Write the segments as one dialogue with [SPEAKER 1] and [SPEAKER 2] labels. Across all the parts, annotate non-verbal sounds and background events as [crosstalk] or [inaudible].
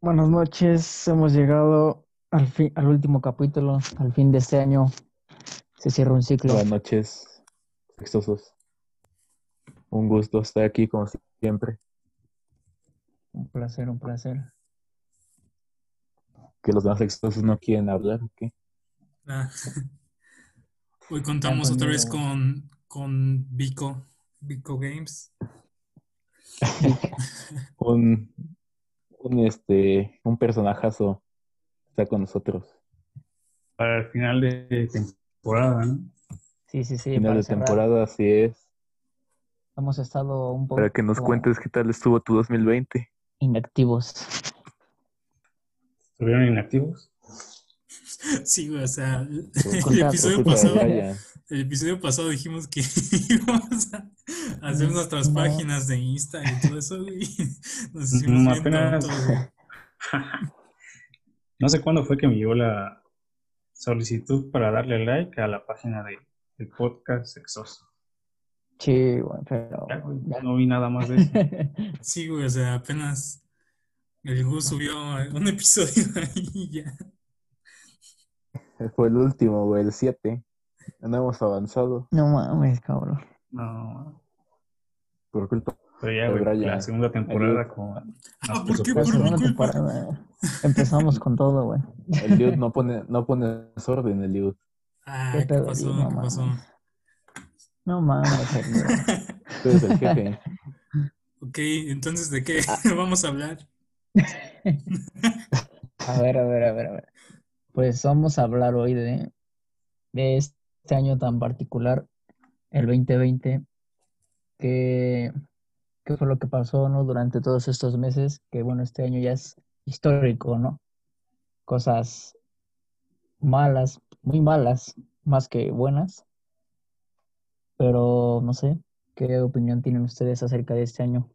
[SPEAKER 1] Buenas noches, hemos llegado al, fin, al último capítulo, al fin de este año. Se cierra un ciclo.
[SPEAKER 2] Buenas noches, sexosos. Un gusto estar aquí como siempre.
[SPEAKER 1] Un placer, un placer.
[SPEAKER 2] [laughs] Que los demás sexosos no quieren hablar, ¿o qué?
[SPEAKER 3] Ah. [laughs] Hoy contamos
[SPEAKER 1] Ya
[SPEAKER 3] otra
[SPEAKER 1] conmigo.
[SPEAKER 3] vez con, con Vico, Vico Games. [laughs]
[SPEAKER 2] Un, un, este, un personajazo está con nosotros.
[SPEAKER 4] para el final de temporada, ¿no?
[SPEAKER 1] Sí, sí, sí.
[SPEAKER 2] Final
[SPEAKER 1] para
[SPEAKER 2] de
[SPEAKER 1] cerrar.
[SPEAKER 2] temporada, así es.
[SPEAKER 1] Hemos estado un poco
[SPEAKER 2] Para que nos cuentes qué tal estuvo tu 2020.
[SPEAKER 1] inactivos.
[SPEAKER 4] Estuvieron inactivos.
[SPEAKER 3] Sí, güey, o sea, [laughs] el
[SPEAKER 1] Con
[SPEAKER 2] Ah,
[SPEAKER 1] tanto,
[SPEAKER 3] episodio
[SPEAKER 1] con tanto.
[SPEAKER 3] pasado,
[SPEAKER 2] Vaya,
[SPEAKER 3] el episodio pasado dijimos que [laughs] íbamos a hacer nuestras
[SPEAKER 1] No.
[SPEAKER 3] páginas de Insta y todo eso, güey. [laughs] Nos hicimos
[SPEAKER 4] Mm,
[SPEAKER 3] bien
[SPEAKER 4] apenas.
[SPEAKER 3] tontos, güey.
[SPEAKER 4] no sé cuándo fue que me llegó la solicitud para darle like a la página de, del podcast Sexoso.
[SPEAKER 1] Sí, bueno, pero.
[SPEAKER 4] Ya, güey,
[SPEAKER 1] ya.
[SPEAKER 4] No vi nada más de eso.
[SPEAKER 1] [laughs]
[SPEAKER 3] Sí, güey, o sea, apenas el Gus subió un [laughs] episodio ahí y ya.
[SPEAKER 2] fue el último, güey, el 7. No hemos avanzado
[SPEAKER 1] no mames, cabrón.
[SPEAKER 4] No,
[SPEAKER 2] por culpa.
[SPEAKER 4] pero ya, güey,
[SPEAKER 2] Brian,
[SPEAKER 4] la segunda temporada
[SPEAKER 2] ayuda.
[SPEAKER 4] con...
[SPEAKER 3] Ah,
[SPEAKER 4] más
[SPEAKER 3] ¿por qué?
[SPEAKER 1] La
[SPEAKER 3] Por mi
[SPEAKER 1] segunda
[SPEAKER 3] culpa.
[SPEAKER 1] temporada. eh, Empezamos con todo, güey.
[SPEAKER 2] El dude no pone, no pone desorden, el dude.
[SPEAKER 3] Ah,
[SPEAKER 1] ¿Qué
[SPEAKER 3] ¿qué
[SPEAKER 1] pedo,
[SPEAKER 3] pasó?
[SPEAKER 1] Lino,
[SPEAKER 3] ¿Qué
[SPEAKER 1] mano?
[SPEAKER 3] pasó?
[SPEAKER 1] No
[SPEAKER 2] [laughs]
[SPEAKER 1] mames, Edgar.
[SPEAKER 2] Tú eres
[SPEAKER 1] [laughs]
[SPEAKER 2] el jefe.
[SPEAKER 3] Ok, entonces, ¿de qué [laughs] vamos a hablar?
[SPEAKER 1] A ver, a ver, a ver, a ver. Pues vamos a hablar hoy de, de este año tan particular, el 2020, que, que fue lo que pasó, ¿no? Durante todos estos meses, que bueno, este año ya es histórico, ¿no? Cosas malas, muy malas, más que buenas. Pero no sé, ¿qué opinión tienen ustedes acerca de este año?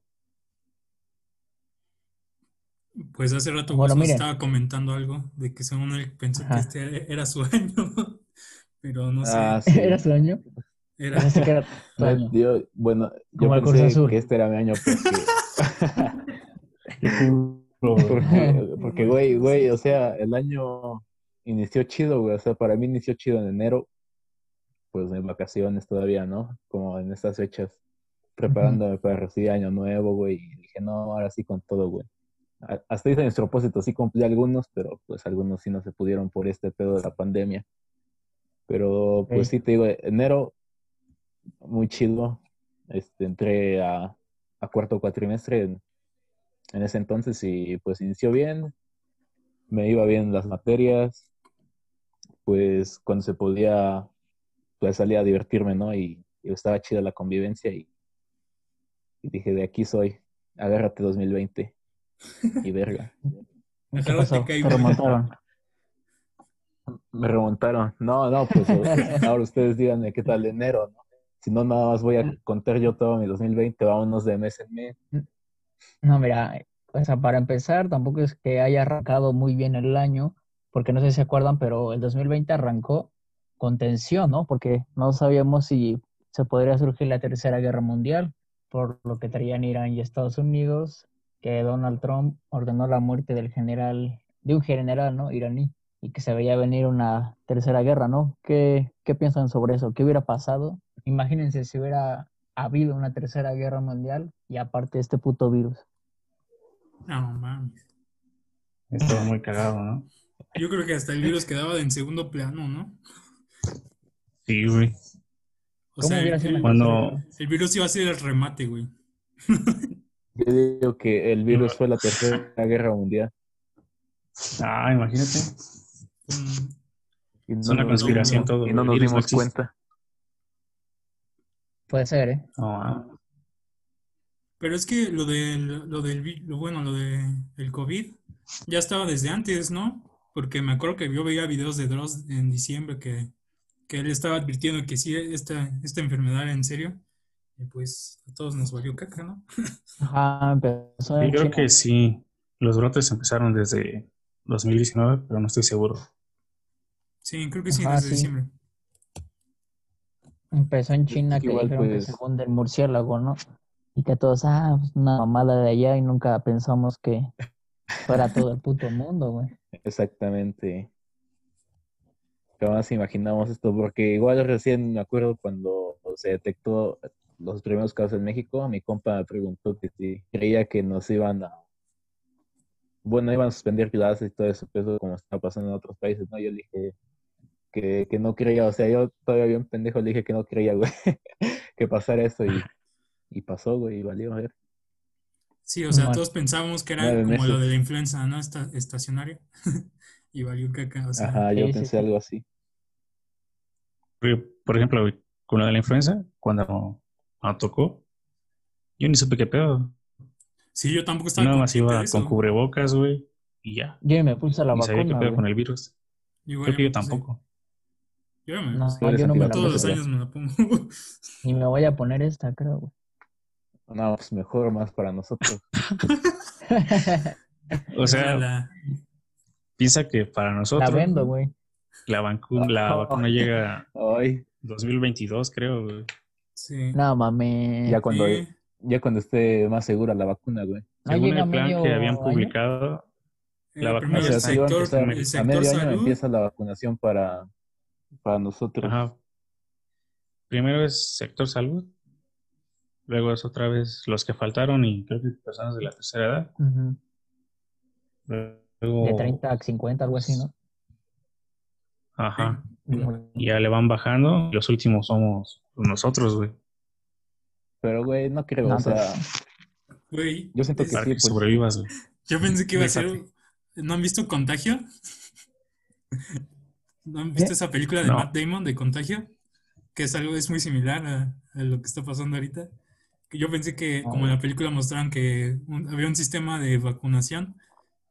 [SPEAKER 3] Pues hace rato
[SPEAKER 1] Bueno,
[SPEAKER 3] Gus nos
[SPEAKER 1] miren.
[SPEAKER 3] estaba comentando algo de que según él pensó
[SPEAKER 1] Ajá.
[SPEAKER 3] que este era su año, [laughs] pero no sé,
[SPEAKER 2] Ah, sí.
[SPEAKER 1] [laughs] ¿Era su año?
[SPEAKER 3] era
[SPEAKER 1] Pensaste Pues que era [laughs] tu
[SPEAKER 2] No,
[SPEAKER 1] año.
[SPEAKER 2] yo, bueno, yo
[SPEAKER 1] Como el
[SPEAKER 2] pensé
[SPEAKER 1] Cruz Azul.
[SPEAKER 2] que este era mi año porque,
[SPEAKER 4] Pero,
[SPEAKER 1] [laughs]
[SPEAKER 2] [laughs] porque, porque, güey, güey, o sea, el año inició chido, güey, o sea, para mí inició chido en enero, pues en vacaciones todavía, ¿no? Como en estas fechas, preparándome para recibir año nuevo, güey, y dije, no, ahora sí con todo, güey. A- Hasta hice mis propósitos, sí cumplí algunos, pero pues algunos sí no se pudieron por este pedo de la pandemia. Pero pues
[SPEAKER 1] Ey.
[SPEAKER 2] sí, te digo, enero, muy chido. Este, entré a, a cuarto cuatrimestre en, en ese entonces y pues inició bien. Me iba bien las materias. Pues cuando se podía, pues salía a divertirme, ¿no? Y, y estaba chida la convivencia y, y dije, de aquí soy, agárrate 2020. Y
[SPEAKER 4] [laughs]
[SPEAKER 2] verga.
[SPEAKER 1] ¿Qué
[SPEAKER 3] Agárrate,
[SPEAKER 1] pasó?
[SPEAKER 3] Kai,
[SPEAKER 1] Te remontaron.
[SPEAKER 2] Me remontaron. No, no, pues ahora ustedes díganme qué tal enero, ¿no? Si no, nada más voy a contar yo todo mi 2020, vámonos de mes en mes.
[SPEAKER 1] No, mira, eh, o sea, para empezar, tampoco es que haya arrancado muy bien el año, porque no sé si se acuerdan, pero el 2020 arrancó con tensión, ¿no? Porque no sabíamos si se podría surgir la Tercera Guerra Mundial, por lo que traían Irán y Estados Unidos, que Donald Trump ordenó la muerte del general, de un general, ¿no? Iraní, y que se veía venir una Tercera Guerra, ¿no? ¿Qué, qué piensan sobre eso? ¿Qué hubiera pasado? Imagínense si hubiera habido una Tercera Guerra Mundial y aparte este puto virus.
[SPEAKER 3] [laughs] no mames.
[SPEAKER 4] Estaba muy cagado, ¿no?
[SPEAKER 3] Yo creo que hasta el virus quedaba en segundo plano, ¿no?
[SPEAKER 4] Sí, güey.
[SPEAKER 3] O
[SPEAKER 1] ¿Cómo
[SPEAKER 3] sea,
[SPEAKER 1] hubiera
[SPEAKER 3] el,
[SPEAKER 1] sido la
[SPEAKER 3] el-
[SPEAKER 4] Cuando...
[SPEAKER 3] el virus iba a ser el remate, güey.
[SPEAKER 2] Yo digo que el virus fue la tercera guerra mundial.
[SPEAKER 4] Ah, imagínate.
[SPEAKER 3] Mm,
[SPEAKER 2] Y no
[SPEAKER 4] Es una
[SPEAKER 2] nos
[SPEAKER 4] conspiración
[SPEAKER 2] dimos-
[SPEAKER 4] todo,
[SPEAKER 2] Y no
[SPEAKER 4] el
[SPEAKER 2] nos
[SPEAKER 4] virus no
[SPEAKER 2] dimos
[SPEAKER 4] existe.
[SPEAKER 2] cuenta.
[SPEAKER 1] Puede ser, ¿eh?
[SPEAKER 4] No, ah,
[SPEAKER 3] Pero es que lo del, lo del, vi- lo bueno, lo de, del COVID ya estaba desde antes, ¿no? Porque me acuerdo que yo veía videos de Dross en diciembre que, que él estaba advirtiendo que sí, esta, esta enfermedad era en serio. Y pues a todos nos valió caca, ¿no?
[SPEAKER 1] Ajá, empezó
[SPEAKER 4] Yo
[SPEAKER 1] en
[SPEAKER 4] creo
[SPEAKER 1] China.
[SPEAKER 4] que sí. Los brotes empezaron desde 2019, pero no estoy seguro.
[SPEAKER 3] Sí, creo que sí,
[SPEAKER 1] Ajá,
[SPEAKER 3] desde
[SPEAKER 1] sí.
[SPEAKER 3] diciembre.
[SPEAKER 1] Empezó en China, que
[SPEAKER 2] Igual,
[SPEAKER 1] dijeron que
[SPEAKER 2] pues.
[SPEAKER 1] según del murciélago, ¿no? Y que todos, ah, pues, una mamada de allá y nunca pensamos que, Para todo el puto mundo, güey.
[SPEAKER 2] Exactamente. Jamás imaginamos esto, porque igual recién me acuerdo cuando se detectó los primeros casos en México, mi compa me preguntó que si creía que nos iban a. Bueno, iban a suspender clases y todo eso, pero eso como está pasando en otros países, ¿no? Yo le dije que, que no creía, o sea, yo todavía bien pendejo le dije que no creía, güey, [laughs] que pasara eso y, y pasó, güey, y valió, a ver.
[SPEAKER 3] Sí, o sea,
[SPEAKER 1] Bueno.
[SPEAKER 3] todos pensábamos que era
[SPEAKER 2] Nueve
[SPEAKER 3] como lo
[SPEAKER 2] meses.
[SPEAKER 3] de la influenza, ¿no? Esta- estacionaria. [laughs] y valió caca, o sea.
[SPEAKER 2] Ajá, yo
[SPEAKER 1] sí, sí,
[SPEAKER 2] pensé
[SPEAKER 1] sí.
[SPEAKER 2] algo así.
[SPEAKER 4] Porque, por ejemplo, con lo de la influenza, cuando me tocó, yo ni supe qué pedo.
[SPEAKER 3] Sí, yo tampoco
[SPEAKER 4] Yo
[SPEAKER 3] estaba
[SPEAKER 4] nada más
[SPEAKER 3] consciente
[SPEAKER 4] iba
[SPEAKER 3] de
[SPEAKER 4] con
[SPEAKER 3] eso.
[SPEAKER 4] cubrebocas, güey, y ya.
[SPEAKER 1] Yo ni me puse la
[SPEAKER 4] Ni sabía qué
[SPEAKER 1] vacuna,
[SPEAKER 4] pedo
[SPEAKER 1] güey.
[SPEAKER 4] con el virus.
[SPEAKER 3] Igual
[SPEAKER 4] Creo que yo
[SPEAKER 3] me puse-
[SPEAKER 4] tampoco.
[SPEAKER 3] Yo ya me
[SPEAKER 1] No,
[SPEAKER 3] puse.
[SPEAKER 2] Tú eres
[SPEAKER 1] yo no me la
[SPEAKER 2] antivacuna,
[SPEAKER 3] Todos los
[SPEAKER 1] puse.
[SPEAKER 2] ya.
[SPEAKER 3] años me la
[SPEAKER 4] [laughs]
[SPEAKER 3] pongo.
[SPEAKER 1] Y me voy a poner esta, creo, güey. [laughs]
[SPEAKER 2] No, pues mejor más para nosotros.
[SPEAKER 4] O sea,
[SPEAKER 3] Ojalá.
[SPEAKER 4] piensa que para
[SPEAKER 1] La
[SPEAKER 4] nosotros
[SPEAKER 1] vendo, güey.
[SPEAKER 4] la
[SPEAKER 1] [laughs]
[SPEAKER 4] vacu- la vacuna llega
[SPEAKER 2] Ay, 20
[SPEAKER 4] 2022, creo, güey.
[SPEAKER 3] Sí. Eh,
[SPEAKER 1] No, mames.
[SPEAKER 2] ya cuando,
[SPEAKER 3] Sí.
[SPEAKER 2] ya cuando esté más segura la vacuna, güey.
[SPEAKER 1] No
[SPEAKER 4] Según
[SPEAKER 1] Ah, llega
[SPEAKER 4] el plan que
[SPEAKER 1] medio
[SPEAKER 4] habían
[SPEAKER 1] año.
[SPEAKER 4] publicado, La
[SPEAKER 3] Eh,
[SPEAKER 4] vacuna
[SPEAKER 3] primero
[SPEAKER 4] ya
[SPEAKER 3] el
[SPEAKER 4] está.
[SPEAKER 2] iba a
[SPEAKER 3] sector,
[SPEAKER 2] empezar-
[SPEAKER 3] el
[SPEAKER 2] a
[SPEAKER 3] sector
[SPEAKER 2] medio año
[SPEAKER 3] salud.
[SPEAKER 2] empieza la vacunación para, para nosotros.
[SPEAKER 4] ajá. Primero es sector salud, luego es otra vez los que faltaron y creo que personas de la tercera edad.
[SPEAKER 1] Ujú.
[SPEAKER 4] Luego,
[SPEAKER 1] De 30 a 50, algo así, ¿no?
[SPEAKER 4] Ajá.
[SPEAKER 1] Muy-
[SPEAKER 4] Y Ya le van bajando. y Los últimos somos nosotros, güey.
[SPEAKER 2] Pero, güey, no creo.
[SPEAKER 1] No,
[SPEAKER 2] o sea,
[SPEAKER 1] pues,
[SPEAKER 3] Güey,
[SPEAKER 2] yo siento que
[SPEAKER 4] Para
[SPEAKER 2] sí,
[SPEAKER 4] que
[SPEAKER 2] pues.
[SPEAKER 4] sobrevivas, güey.
[SPEAKER 3] yo pensé que iba a ser.
[SPEAKER 4] Déjate.
[SPEAKER 3] ¿No han visto Contagio? [laughs] ¿No han visto
[SPEAKER 1] ¿Qué?
[SPEAKER 3] esa película de
[SPEAKER 4] No.
[SPEAKER 3] Matt Damon de Contagio? Que es algo, es muy similar a, a lo que está pasando ahorita. Que Yo pensé que, como
[SPEAKER 4] Ah.
[SPEAKER 3] en la película mostraron que un- había un sistema de vacunación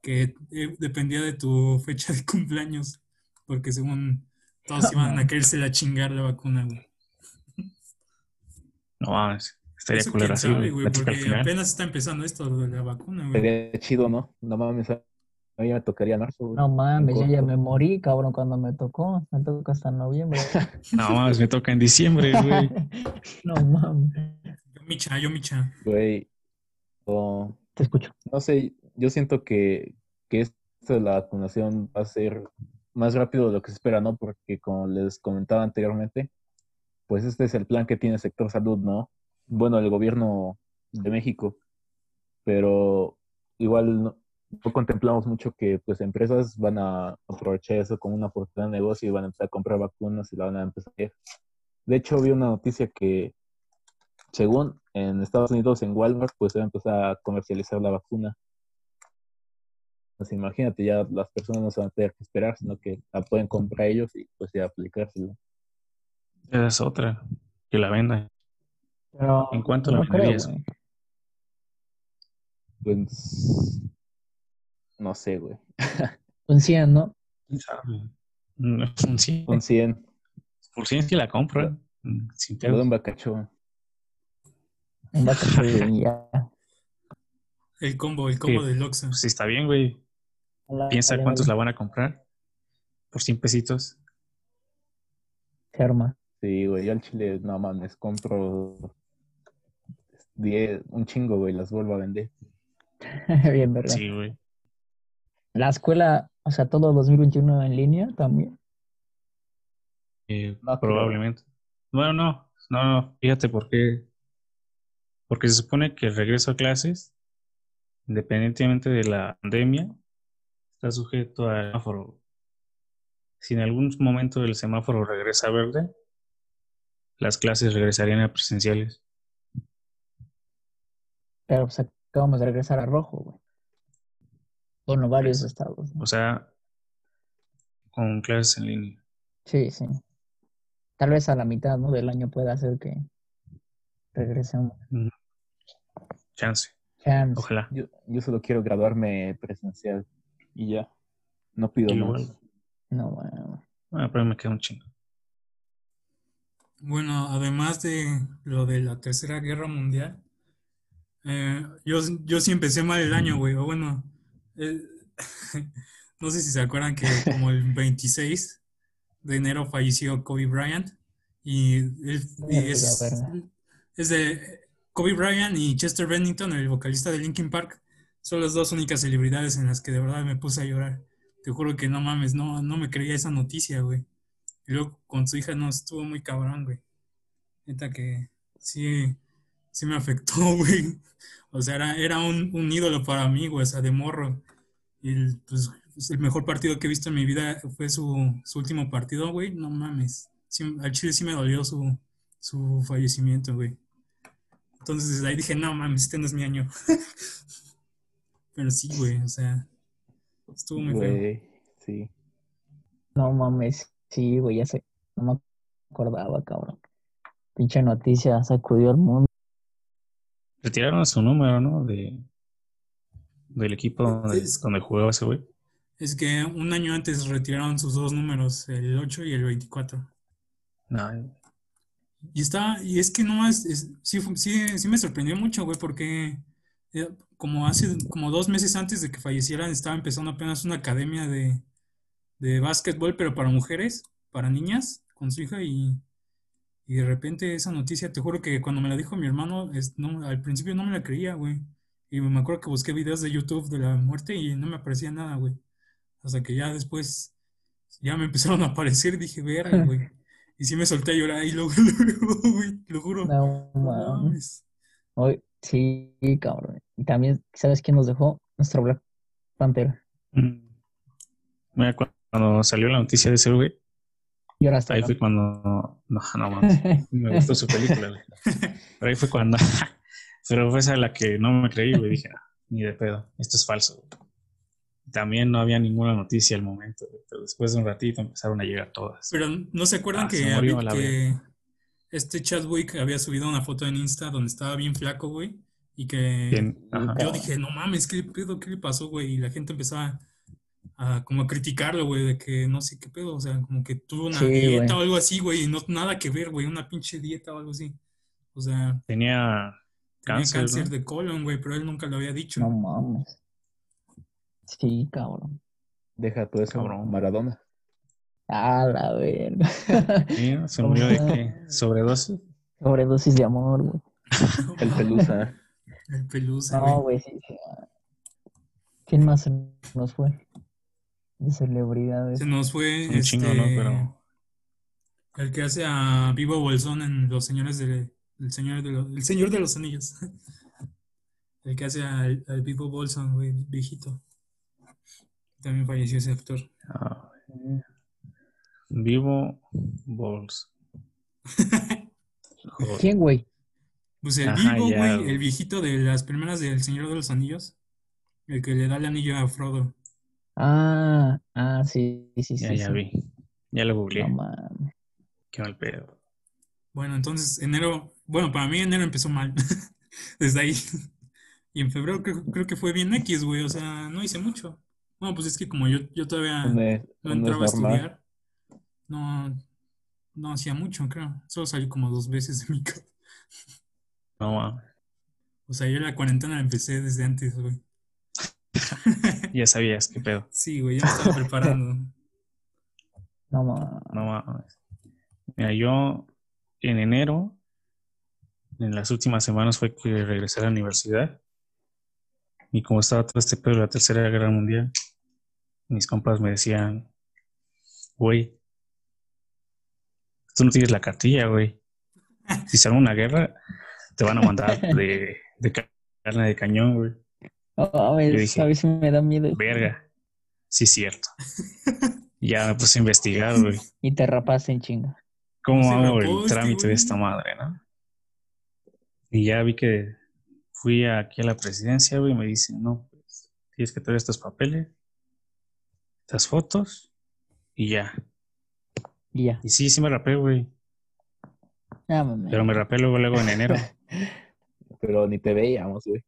[SPEAKER 3] que eh, dependía de tu fecha de cumpleaños, porque según todos
[SPEAKER 4] [laughs]
[SPEAKER 3] iban a quererse la chingar la vacuna, güey.
[SPEAKER 4] No mames. Estaría
[SPEAKER 3] Eso
[SPEAKER 4] culero
[SPEAKER 3] quién
[SPEAKER 4] así,
[SPEAKER 3] sabe,
[SPEAKER 4] güey.
[SPEAKER 3] güey,
[SPEAKER 4] Me toca
[SPEAKER 3] porque
[SPEAKER 4] al final.
[SPEAKER 3] apenas está empezando esto de la vacuna, güey.
[SPEAKER 2] Sería chido, ¿no? No mames, a a mí me tocaría en marzo, güey.
[SPEAKER 1] No mames, yo ya
[SPEAKER 2] corto.
[SPEAKER 1] me morí, cabrón, cuando me tocó. Me tocó hasta noviembre.
[SPEAKER 4] No mames, me toca en diciembre, güey.
[SPEAKER 1] [laughs] no mames.
[SPEAKER 3] Yo micha, yo micha.
[SPEAKER 2] Güey, o-
[SPEAKER 1] Te escucho.
[SPEAKER 2] no sé, yo siento que, que esto de la vacunación va a ser más rápido de lo que se espera, ¿no? Porque como les comentaba anteriormente, pues este es el plan que tiene el sector salud, ¿no? Bueno, el gobierno de México, pero igual no, no contemplamos mucho que pues empresas van a aprovechar eso como una oportunidad de negocio y van a empezar a comprar vacunas y la van a empezar a... De hecho, vi una noticia que según en Estados Unidos, en Walmart, pues se va a empezar a comercializar la vacuna. Pues imagínate, ya las personas no se van a tener que esperar, sino que la pueden comprar ellos y pues ya aplicársela.
[SPEAKER 4] Esa es otra. Que la venda.
[SPEAKER 1] Pero
[SPEAKER 4] ¿En cuánto la
[SPEAKER 1] no creo,
[SPEAKER 4] venderías?
[SPEAKER 1] güey.
[SPEAKER 2] Pues no sé, güey.
[SPEAKER 1] Un 100, ¿no?
[SPEAKER 4] ¿Quién sabe? No, un cien.
[SPEAKER 1] Pues,
[SPEAKER 2] Con 100,
[SPEAKER 4] Por cien es que la compro, eh. Mm, Sin
[SPEAKER 2] te doy
[SPEAKER 4] pedos.
[SPEAKER 2] un bacachón.
[SPEAKER 1] En vaca
[SPEAKER 4] [laughs]
[SPEAKER 1] y ya.
[SPEAKER 3] El combo, el combo
[SPEAKER 4] Sí.
[SPEAKER 3] del Oxxo.
[SPEAKER 4] Pues sí, está bien, güey.
[SPEAKER 1] Hola,
[SPEAKER 4] Piensa
[SPEAKER 1] hola,
[SPEAKER 4] cuántos
[SPEAKER 1] hola.
[SPEAKER 4] la van a comprar. Por 100 pesitos.
[SPEAKER 1] Se arma. [laughs]
[SPEAKER 2] Sí, güey, yo al chile, no mames, compro 10, un chingo, güey, las vuelvo a vender.
[SPEAKER 1] Bien, ¿verdad?
[SPEAKER 4] Sí, güey.
[SPEAKER 1] La escuela, o sea, todo 2021 en línea también.
[SPEAKER 4] Eh,
[SPEAKER 2] No creo.
[SPEAKER 4] probablemente. Bueno, no, no, no, fíjate por qué. Porque se supone que el regreso a clases, independientemente de la pandemia, está sujeto al semáforo. Si en algún momento el semáforo regresa a verde, las clases regresarían a presenciales.
[SPEAKER 1] Pero pues acabamos de regresar a rojo, güey. Bueno, varios estados. ¿no?
[SPEAKER 4] O sea, con clases en línea.
[SPEAKER 1] Sí, sí. Tal vez a la mitad, ¿no? del año pueda hacer que regresemos.
[SPEAKER 4] Chance.
[SPEAKER 1] Chance.
[SPEAKER 4] Ojalá.
[SPEAKER 2] Yo, yo solo quiero graduarme presencial y ya. No pido
[SPEAKER 4] Igual.
[SPEAKER 2] más.
[SPEAKER 1] No, bueno.
[SPEAKER 4] Ah, pero me queda un chingo.
[SPEAKER 3] Bueno, además de lo de la Tercera Guerra Mundial, eh, yo, yo sí empecé mal el año, güey. o Bueno, eh, [laughs] no sé si se acuerdan que como el 26 de enero falleció Kobe Bryant y, él- y
[SPEAKER 1] Verga,
[SPEAKER 3] es,
[SPEAKER 1] verga.
[SPEAKER 3] es de Kobe Bryant y Chester Bennington, el vocalista de Linkin Park, Son las dos únicas celebridades en las que de verdad me puse a llorar. Te juro que no mames, no, no me creía esa noticia, güey. Y luego con su hija no estuvo muy cabrón, güey. Neta que sí, sí me afectó, [laughs] güey. O sea, era, era un, un, ídolo para mí, güey, o sea, de morro. Y el, pues, el mejor partido que he visto en mi vida fue su, su último partido, güey. No mames. Sí, al Chile sí me dolió su, su fallecimiento, güey. Entonces desde ahí dije, no mames, este no es mi año. [laughs] Pero sí, güey, o sea, estuvo muy
[SPEAKER 2] güey, feo. Sí.
[SPEAKER 1] No mames, sí, güey, ya sé. No me acordaba, cabrón. Pinche noticia sacudió el mundo.
[SPEAKER 4] Retiraron su número, ¿no? De, del equipo donde, es, donde jugaba ese güey.
[SPEAKER 3] Es que un año antes retiraron sus dos números, el 8 y el 24.
[SPEAKER 4] No,
[SPEAKER 3] y está, y es que no es, es sí, sí, sí, me sorprendió mucho, güey, porque eh, como hace como dos meses antes de que fallecieran, estaba empezando apenas una academia de, de básquetbol, pero para mujeres, para niñas, con su hija, y, y de repente esa noticia, te juro que cuando me la dijo mi hermano, es, no, al principio no me la creía, güey. Y me acuerdo que busqué videos de YouTube de la muerte y no me aparecía nada, güey. Hasta que ya después, ya me empezaron a aparecer,
[SPEAKER 1] [laughs]
[SPEAKER 3] dije, verga, güey. Y sí me solté a llorar [laughs] y luego, luego güey, lo juro.
[SPEAKER 1] No, mames. Hoy, sí, cabrón. Y también, ¿sabes quién nos dejó? Nuestro Black Panther.
[SPEAKER 4] Mm. Mira, cuando salió la noticia de ese güey.
[SPEAKER 1] Lloraste.
[SPEAKER 4] Ahí fue cuando. No,
[SPEAKER 1] [laughs]
[SPEAKER 4] no mames. Me gustó su película, güey. Pero ahí fue cuando. [laughs] Pero fue esa la que no me creí, güey. Dije, no, ni de pedo. Esto es falso, güey también no había ninguna noticia al momento. Pero después de un ratito empezaron a llegar todas.
[SPEAKER 3] Pero no se acuerdan ah, que, se murió, había, que este Chadwick había subido una foto en Insta donde estaba bien flaco, güey. Y que yo dije, no mames, ¿qué pedo? ¿Qué le pasó, güey? Y la gente empezaba a, a como a criticarlo, güey, de que no sé qué pedo. O sea, como que tuvo una sí, dieta güey. o algo así, güey. Y no, nada que ver, güey. Una pinche dieta o algo así. O sea.
[SPEAKER 4] Tenía,
[SPEAKER 3] tenía cáncer, cáncer ¿no? de colon, güey, pero él nunca lo había dicho.
[SPEAKER 1] No mames. Sí, cabrón.
[SPEAKER 2] Deja todo eso, cabrón. Maradona.
[SPEAKER 1] A la verga.
[SPEAKER 4] Sí, ¿Se murió de qué? ¿Sobredosis?
[SPEAKER 1] Sobredosis de amor, güey.
[SPEAKER 3] [laughs]
[SPEAKER 2] El
[SPEAKER 4] [laughs]
[SPEAKER 2] pelusa.
[SPEAKER 3] El pelusa.
[SPEAKER 1] No, güey, sí, sí. ¿Quién más nos fue? De celebridades.
[SPEAKER 3] Se nos fue. Un este, chingo, ¿no? Pero. El que hace a Vivo Bolsón en Los Señores de. El Señor de, los, el señor de los Anillos. [laughs] El que hace al, al Vivo Bolsón, güey, viejito. También falleció ese actor.
[SPEAKER 4] Ah, vivo Balls.
[SPEAKER 1] ¿Quién, güey?
[SPEAKER 3] Pues el Ajá, vivo, güey, el viejito de las primeras del Señor de los Anillos. El que le da el anillo a Frodo.
[SPEAKER 1] Ah, ah, sí, sí,
[SPEAKER 4] ya,
[SPEAKER 1] sí.
[SPEAKER 4] Ya,
[SPEAKER 1] sí.
[SPEAKER 4] vi. Ya lo googleé. No, Qué mal pedo.
[SPEAKER 3] Bueno, entonces enero, bueno, para mí enero empezó mal. [laughs] Desde ahí. Y en febrero creo, creo que fue bien X, güey. O sea, no hice mucho. No, pues es que como yo, yo todavía
[SPEAKER 2] ¿Dónde,
[SPEAKER 3] no
[SPEAKER 2] dónde
[SPEAKER 3] entraba a estudiar, no, no hacía mucho, creo. Solo salí como dos veces de mi [laughs] casa.
[SPEAKER 4] No, wow.
[SPEAKER 3] O sea, yo la cuarentena la empecé desde antes, güey.
[SPEAKER 4] ya sabías qué pedo.
[SPEAKER 3] Sí, güey, ya me estaba preparando.
[SPEAKER 1] No, wow.
[SPEAKER 4] no wow. Mira, yo en enero, en las últimas semanas fue que regresé a la universidad. Y como estaba todo este pedo de la Tercera Guerra Mundial, mis compas me decían, güey, tú no tienes la cartilla, güey. Si sale una guerra, te van a mandar de, de carne de cañón, güey.
[SPEAKER 1] Oh, a ver, dije, a ver si me da miedo.
[SPEAKER 4] Verga, sí es cierto. Y ya me puse a investigar, güey.
[SPEAKER 1] Y te rapaste en chinga.
[SPEAKER 4] ¿Cómo hago el trámite güey? de esta madre, no? Y ya vi que fui aquí a la presidencia, güey, y me dicen, no, pues tienes que traer estos papeles, estas fotos, y ya.
[SPEAKER 1] Y ya.
[SPEAKER 4] Y sí, sí me rapé, güey.
[SPEAKER 1] Ah,
[SPEAKER 4] Pero me rapé luego, luego en [laughs] enero.
[SPEAKER 2] Pero ni te veíamos, güey.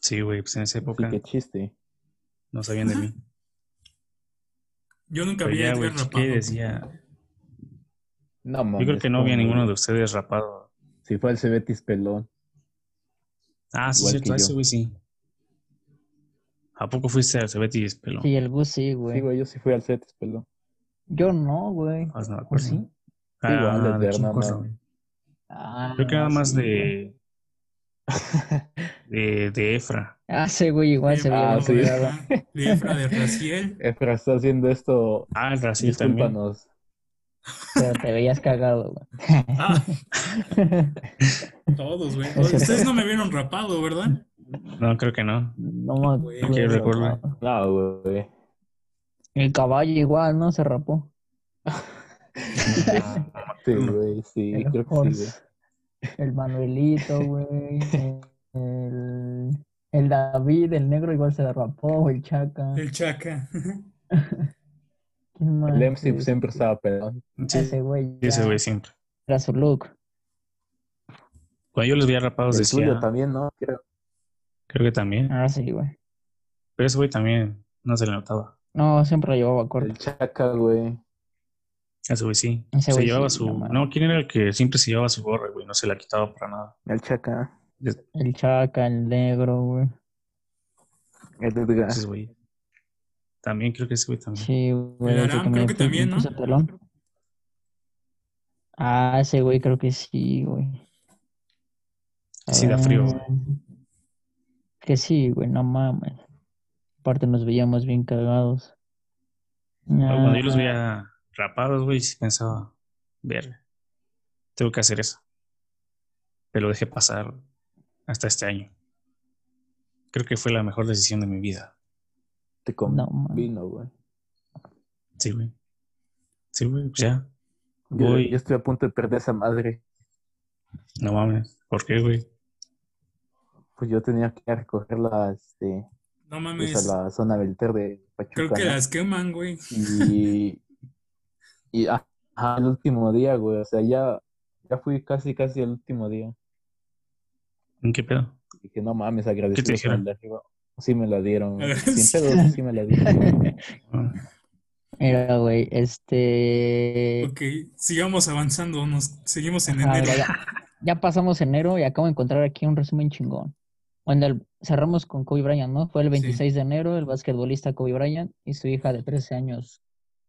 [SPEAKER 4] Sí, güey, pues en esa época.
[SPEAKER 2] Sí, qué chiste.
[SPEAKER 4] No sabían de [laughs] mí.
[SPEAKER 3] Yo nunca vi a
[SPEAKER 4] güey, ¿qué decía?
[SPEAKER 2] No, mames,
[SPEAKER 4] Yo creo que no había ninguno de ustedes rapado.
[SPEAKER 2] Si fue el Cebetis pelón.
[SPEAKER 4] Ah, sí, cierto, ese güey sí. ¿A poco fuiste al Cebetis, pelón?
[SPEAKER 1] Sí, el Gus sí, güey.
[SPEAKER 2] Sí, güey, yo sí fui al Cebetis, pelón.
[SPEAKER 1] Yo no, güey.
[SPEAKER 4] Ah, no, ¿por sí?
[SPEAKER 2] Ah,
[SPEAKER 1] Ah,
[SPEAKER 2] Igual, de Hernán.
[SPEAKER 4] Creo que nada más de... de, de Efra.
[SPEAKER 1] Ah, sí, güey, igual se
[SPEAKER 2] Ah,
[SPEAKER 1] veía.
[SPEAKER 2] sí.
[SPEAKER 1] muy
[SPEAKER 3] de,
[SPEAKER 1] raro.
[SPEAKER 3] Efra, de Efra,
[SPEAKER 2] [laughs]
[SPEAKER 3] de Raciel.
[SPEAKER 2] Efra está haciendo esto.
[SPEAKER 4] Ah, el Raciel también.
[SPEAKER 2] Discúlpanos.
[SPEAKER 1] Pero te veías cagado, güey.
[SPEAKER 3] Ah, todos, güey.
[SPEAKER 1] Ese-
[SPEAKER 3] Ustedes no me vieron rapado, ¿verdad?
[SPEAKER 4] No, creo que no.
[SPEAKER 1] [laughs] No me
[SPEAKER 3] Güey,
[SPEAKER 1] acuerdo,
[SPEAKER 4] yo recuerdo.
[SPEAKER 1] no.
[SPEAKER 2] No, güey.
[SPEAKER 1] El caballo igual, ¿no? Se rapó.
[SPEAKER 2] Sí, güey, sí,
[SPEAKER 1] El
[SPEAKER 2] creo que
[SPEAKER 1] horse.
[SPEAKER 2] sí, güey.
[SPEAKER 1] El Manuelito, güey. El, el David, el negro igual se rapó. El Chaca.
[SPEAKER 3] El Chaca. [laughs]
[SPEAKER 1] ¿Quién más? Ah,
[SPEAKER 2] El MC siempre estaba pelón.
[SPEAKER 4] Sí,
[SPEAKER 1] Ese güey.
[SPEAKER 4] ese
[SPEAKER 1] ya
[SPEAKER 4] güey siempre.
[SPEAKER 1] Era su look.
[SPEAKER 4] Cuando yo los veía rapados
[SPEAKER 2] El
[SPEAKER 4] decía,
[SPEAKER 2] suyo también, ¿no? Creo.
[SPEAKER 4] creo que también.
[SPEAKER 1] Ah, sí, güey.
[SPEAKER 4] Pero ese güey también no se le notaba.
[SPEAKER 1] No, siempre lo llevaba corto.
[SPEAKER 2] El chaca, güey.
[SPEAKER 4] Ese güey sí.
[SPEAKER 1] Ese
[SPEAKER 4] se
[SPEAKER 1] güey
[SPEAKER 4] llevaba
[SPEAKER 1] sí,
[SPEAKER 4] su...
[SPEAKER 1] no mames.
[SPEAKER 4] No, ¿quién era el que siempre se llevaba su gorra, güey? No se la quitaba para nada.
[SPEAKER 2] El chaca.
[SPEAKER 1] El Chaca, el negro, güey.
[SPEAKER 2] El Edgar.
[SPEAKER 4] Ese
[SPEAKER 1] Ah.
[SPEAKER 4] güey. También creo que ese güey también.
[SPEAKER 1] Sí, güey.
[SPEAKER 3] El
[SPEAKER 1] ese
[SPEAKER 3] Aram, creo que
[SPEAKER 1] fue-
[SPEAKER 3] también, ¿no?
[SPEAKER 1] puso pelón. Ah, ese güey creo que sí, güey. A
[SPEAKER 4] Sí da frío,
[SPEAKER 1] ver. Que sí, güey, no mames. Aparte nos veíamos bien cagados.
[SPEAKER 4] Pero Cuando yo los
[SPEAKER 1] Ah,
[SPEAKER 4] veía rapados, güey, sí pensaba, ver, tengo que hacer eso. Pero lo dejé pasar hasta este año. Creo que fue la mejor decisión de mi vida.
[SPEAKER 2] Te
[SPEAKER 1] Ah, No, man.
[SPEAKER 2] combino, güey.
[SPEAKER 4] Sí, güey. Sí, güey, pues ya.
[SPEAKER 2] Yo,
[SPEAKER 4] Voy.
[SPEAKER 2] yo estoy a punto de perder esa madre.
[SPEAKER 4] No mames. ¿Por qué, güey?
[SPEAKER 2] Pues yo tenía que recoger la, este, pues,
[SPEAKER 3] No mames.
[SPEAKER 2] a la zona Belter de Pachuca.
[SPEAKER 3] Creo que
[SPEAKER 2] ¿no?
[SPEAKER 3] las queman, güey.
[SPEAKER 2] Y, y ajá, el último día, güey. O sea, ya, ya fui casi, casi el último día.
[SPEAKER 4] ¿En qué pedo?
[SPEAKER 2] Y que no mames, agradecido con
[SPEAKER 4] dijeron?
[SPEAKER 2] el de arriba. Sí me la
[SPEAKER 3] [laughs]
[SPEAKER 2] dieron. güey. Sin
[SPEAKER 3] Agradecido.
[SPEAKER 2] pedo, sí me la dieron.
[SPEAKER 4] Ah,
[SPEAKER 1] Mira, güey, este...
[SPEAKER 3] Ok, sigamos avanzando. Nos seguimos en
[SPEAKER 1] Ah,
[SPEAKER 3] enero.
[SPEAKER 1] mira, ya, ya pasamos enero y acabo de encontrar aquí un resumen chingón. Cuando el- cerramos con Kobe Bryant, ¿no? Fue el 26 de enero, el basquetbolista Kobe Bryant y su hija de 13 años.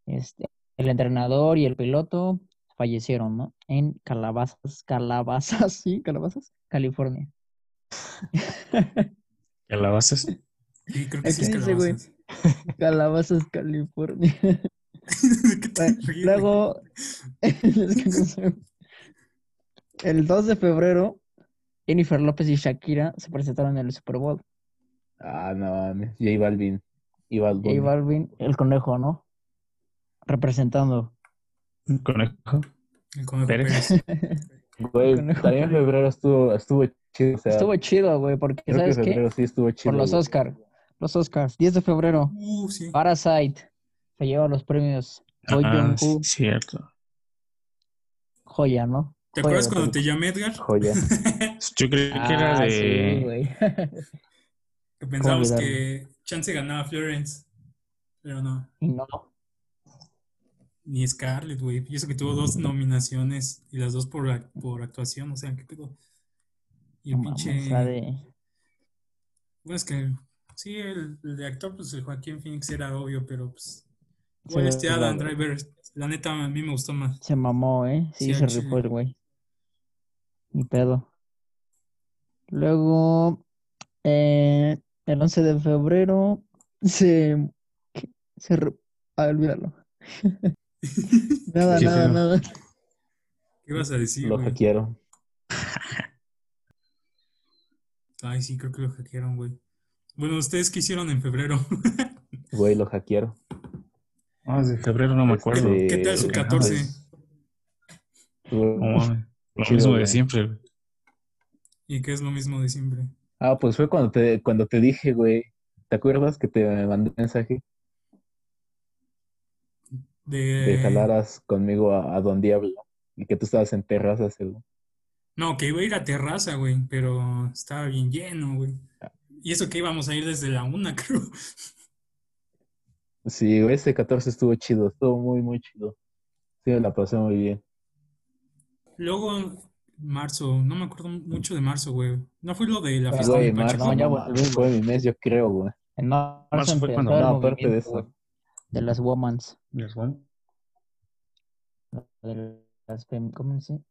[SPEAKER 1] Este, el entrenador y el piloto fallecieron, ¿no? En Calabazas, Calabazas, [laughs] sí, Calabazas, California.
[SPEAKER 4] ¿Calabazas?
[SPEAKER 3] Sí, creo que sí es
[SPEAKER 1] Aquí dice, güey.
[SPEAKER 3] calabazas.
[SPEAKER 1] Calabazas, California. [laughs]
[SPEAKER 3] [laughs] ¿De qué te ríes, güey?
[SPEAKER 1] Luego, [laughs] es que no sé. el 2 de febrero, Jennifer López y Shakira se presentaron en el Super Bowl.
[SPEAKER 2] Ah, no mames. J Balvin. Y Bad Bunny.
[SPEAKER 1] J Balvin, el conejo, ¿no?
[SPEAKER 2] [laughs]
[SPEAKER 1] Representando.
[SPEAKER 4] ¿Conejo?
[SPEAKER 3] El conejo
[SPEAKER 4] Pérez.
[SPEAKER 1] [laughs]
[SPEAKER 3] Pérez.
[SPEAKER 2] Güey,
[SPEAKER 1] Conejo
[SPEAKER 2] también en febrero estuvo, estuvo chido. O sea,
[SPEAKER 1] estuvo chido, güey, porque
[SPEAKER 2] creo
[SPEAKER 1] ¿sabes
[SPEAKER 2] que
[SPEAKER 1] qué?
[SPEAKER 2] febrero sí estuvo chido.
[SPEAKER 1] Por los
[SPEAKER 2] güey.
[SPEAKER 1] Oscar, los Oscars, 10 de febrero,
[SPEAKER 3] Uh, sí.
[SPEAKER 1] Parasite se lleva los premios. Choi
[SPEAKER 4] Ah,
[SPEAKER 1] Jung-woo,
[SPEAKER 4] cierto.
[SPEAKER 1] joya, ¿no? Joya
[SPEAKER 3] ¿Te acuerdas
[SPEAKER 1] de
[SPEAKER 3] cuando te
[SPEAKER 1] película.
[SPEAKER 3] llamé, Edgar?
[SPEAKER 2] Joya.
[SPEAKER 4] Yo creí que era
[SPEAKER 1] Ah,
[SPEAKER 4] de...
[SPEAKER 1] sí, güey. [laughs]
[SPEAKER 3] Que pensábamos
[SPEAKER 1] olvidarlo?
[SPEAKER 3] que Chance ganaba Florence. Pero no.
[SPEAKER 1] y no,
[SPEAKER 3] Ni Scarlett, güey. Y eso que tuvo
[SPEAKER 1] Mm.
[SPEAKER 3] dos nominaciones y las dos por, ac- por actuación. O sea, qué pedo. Y el
[SPEAKER 1] no mames,
[SPEAKER 3] pinche.
[SPEAKER 1] la de...
[SPEAKER 3] Bueno, es que. Sí, el, el de actor, pues el Joaquín Phoenix era obvio, pero pues.
[SPEAKER 1] Sí,
[SPEAKER 3] Güey, este
[SPEAKER 1] claro.
[SPEAKER 3] Adam Driver, la neta, a mí me gustó más.
[SPEAKER 1] Se mamó, ¿eh? Sí,
[SPEAKER 3] Sí,
[SPEAKER 1] se
[SPEAKER 3] al chile.
[SPEAKER 1] rifó el güey. Ni pedo. Luego, eh, el 11 de febrero, [laughs] se... ¿qué? se re- ah, olvídalo. [laughs] Nada,
[SPEAKER 4] Sí,
[SPEAKER 1] nada,
[SPEAKER 4] sí.
[SPEAKER 1] nada.
[SPEAKER 3] ¿Qué ibas a decir,
[SPEAKER 2] Lo
[SPEAKER 3] güey?
[SPEAKER 2] hackearon.
[SPEAKER 3] Ay, sí, creo que lo hackearon, güey. Bueno, ¿ustedes qué hicieron en febrero? [laughs]
[SPEAKER 2] Güey, lo hackearon.
[SPEAKER 4] Ah, de febrero no me acuerdo.
[SPEAKER 2] Este,
[SPEAKER 3] ¿Qué tal su 14?
[SPEAKER 4] No
[SPEAKER 2] Güey.
[SPEAKER 4] mames. Lo
[SPEAKER 2] pues, Chido,
[SPEAKER 4] mismo de
[SPEAKER 2] güey.
[SPEAKER 4] siempre, güey.
[SPEAKER 3] y que es lo mismo de siempre.
[SPEAKER 2] Ah, pues fue cuando te, cuando te dije, güey. ¿Te acuerdas que te mandé un mensaje?
[SPEAKER 3] De,
[SPEAKER 2] Que jalaras conmigo a, a Don Diablo. Y que tú estabas en terrazas. güey.
[SPEAKER 3] No, que iba a ir a terraza, güey, pero estaba bien lleno, güey. Y eso que íbamos a ir desde la una, [laughs] creo.
[SPEAKER 2] Sí, güey, ese 14 estuvo chido. Estuvo muy, muy chido. Sí, me la pasé muy bien.
[SPEAKER 3] Luego, marzo, no me acuerdo mucho de marzo, güey. No fue lo de la
[SPEAKER 1] Ah,
[SPEAKER 3] fiesta
[SPEAKER 2] Güey,
[SPEAKER 3] de
[SPEAKER 2] marzo,
[SPEAKER 3] Pachuca.
[SPEAKER 1] no, ya
[SPEAKER 2] no,
[SPEAKER 1] volví, güey.
[SPEAKER 2] fue mi mes, yo creo, güey.
[SPEAKER 1] En marzo,
[SPEAKER 4] Marzo fue
[SPEAKER 1] empezó
[SPEAKER 4] cuando-
[SPEAKER 1] el
[SPEAKER 2] No, aparte de
[SPEAKER 1] movimiento,
[SPEAKER 2] eso.
[SPEAKER 1] güey, de las womans,
[SPEAKER 4] ¿Las vamos?
[SPEAKER 1] de las, fem- ¿cómo se dice?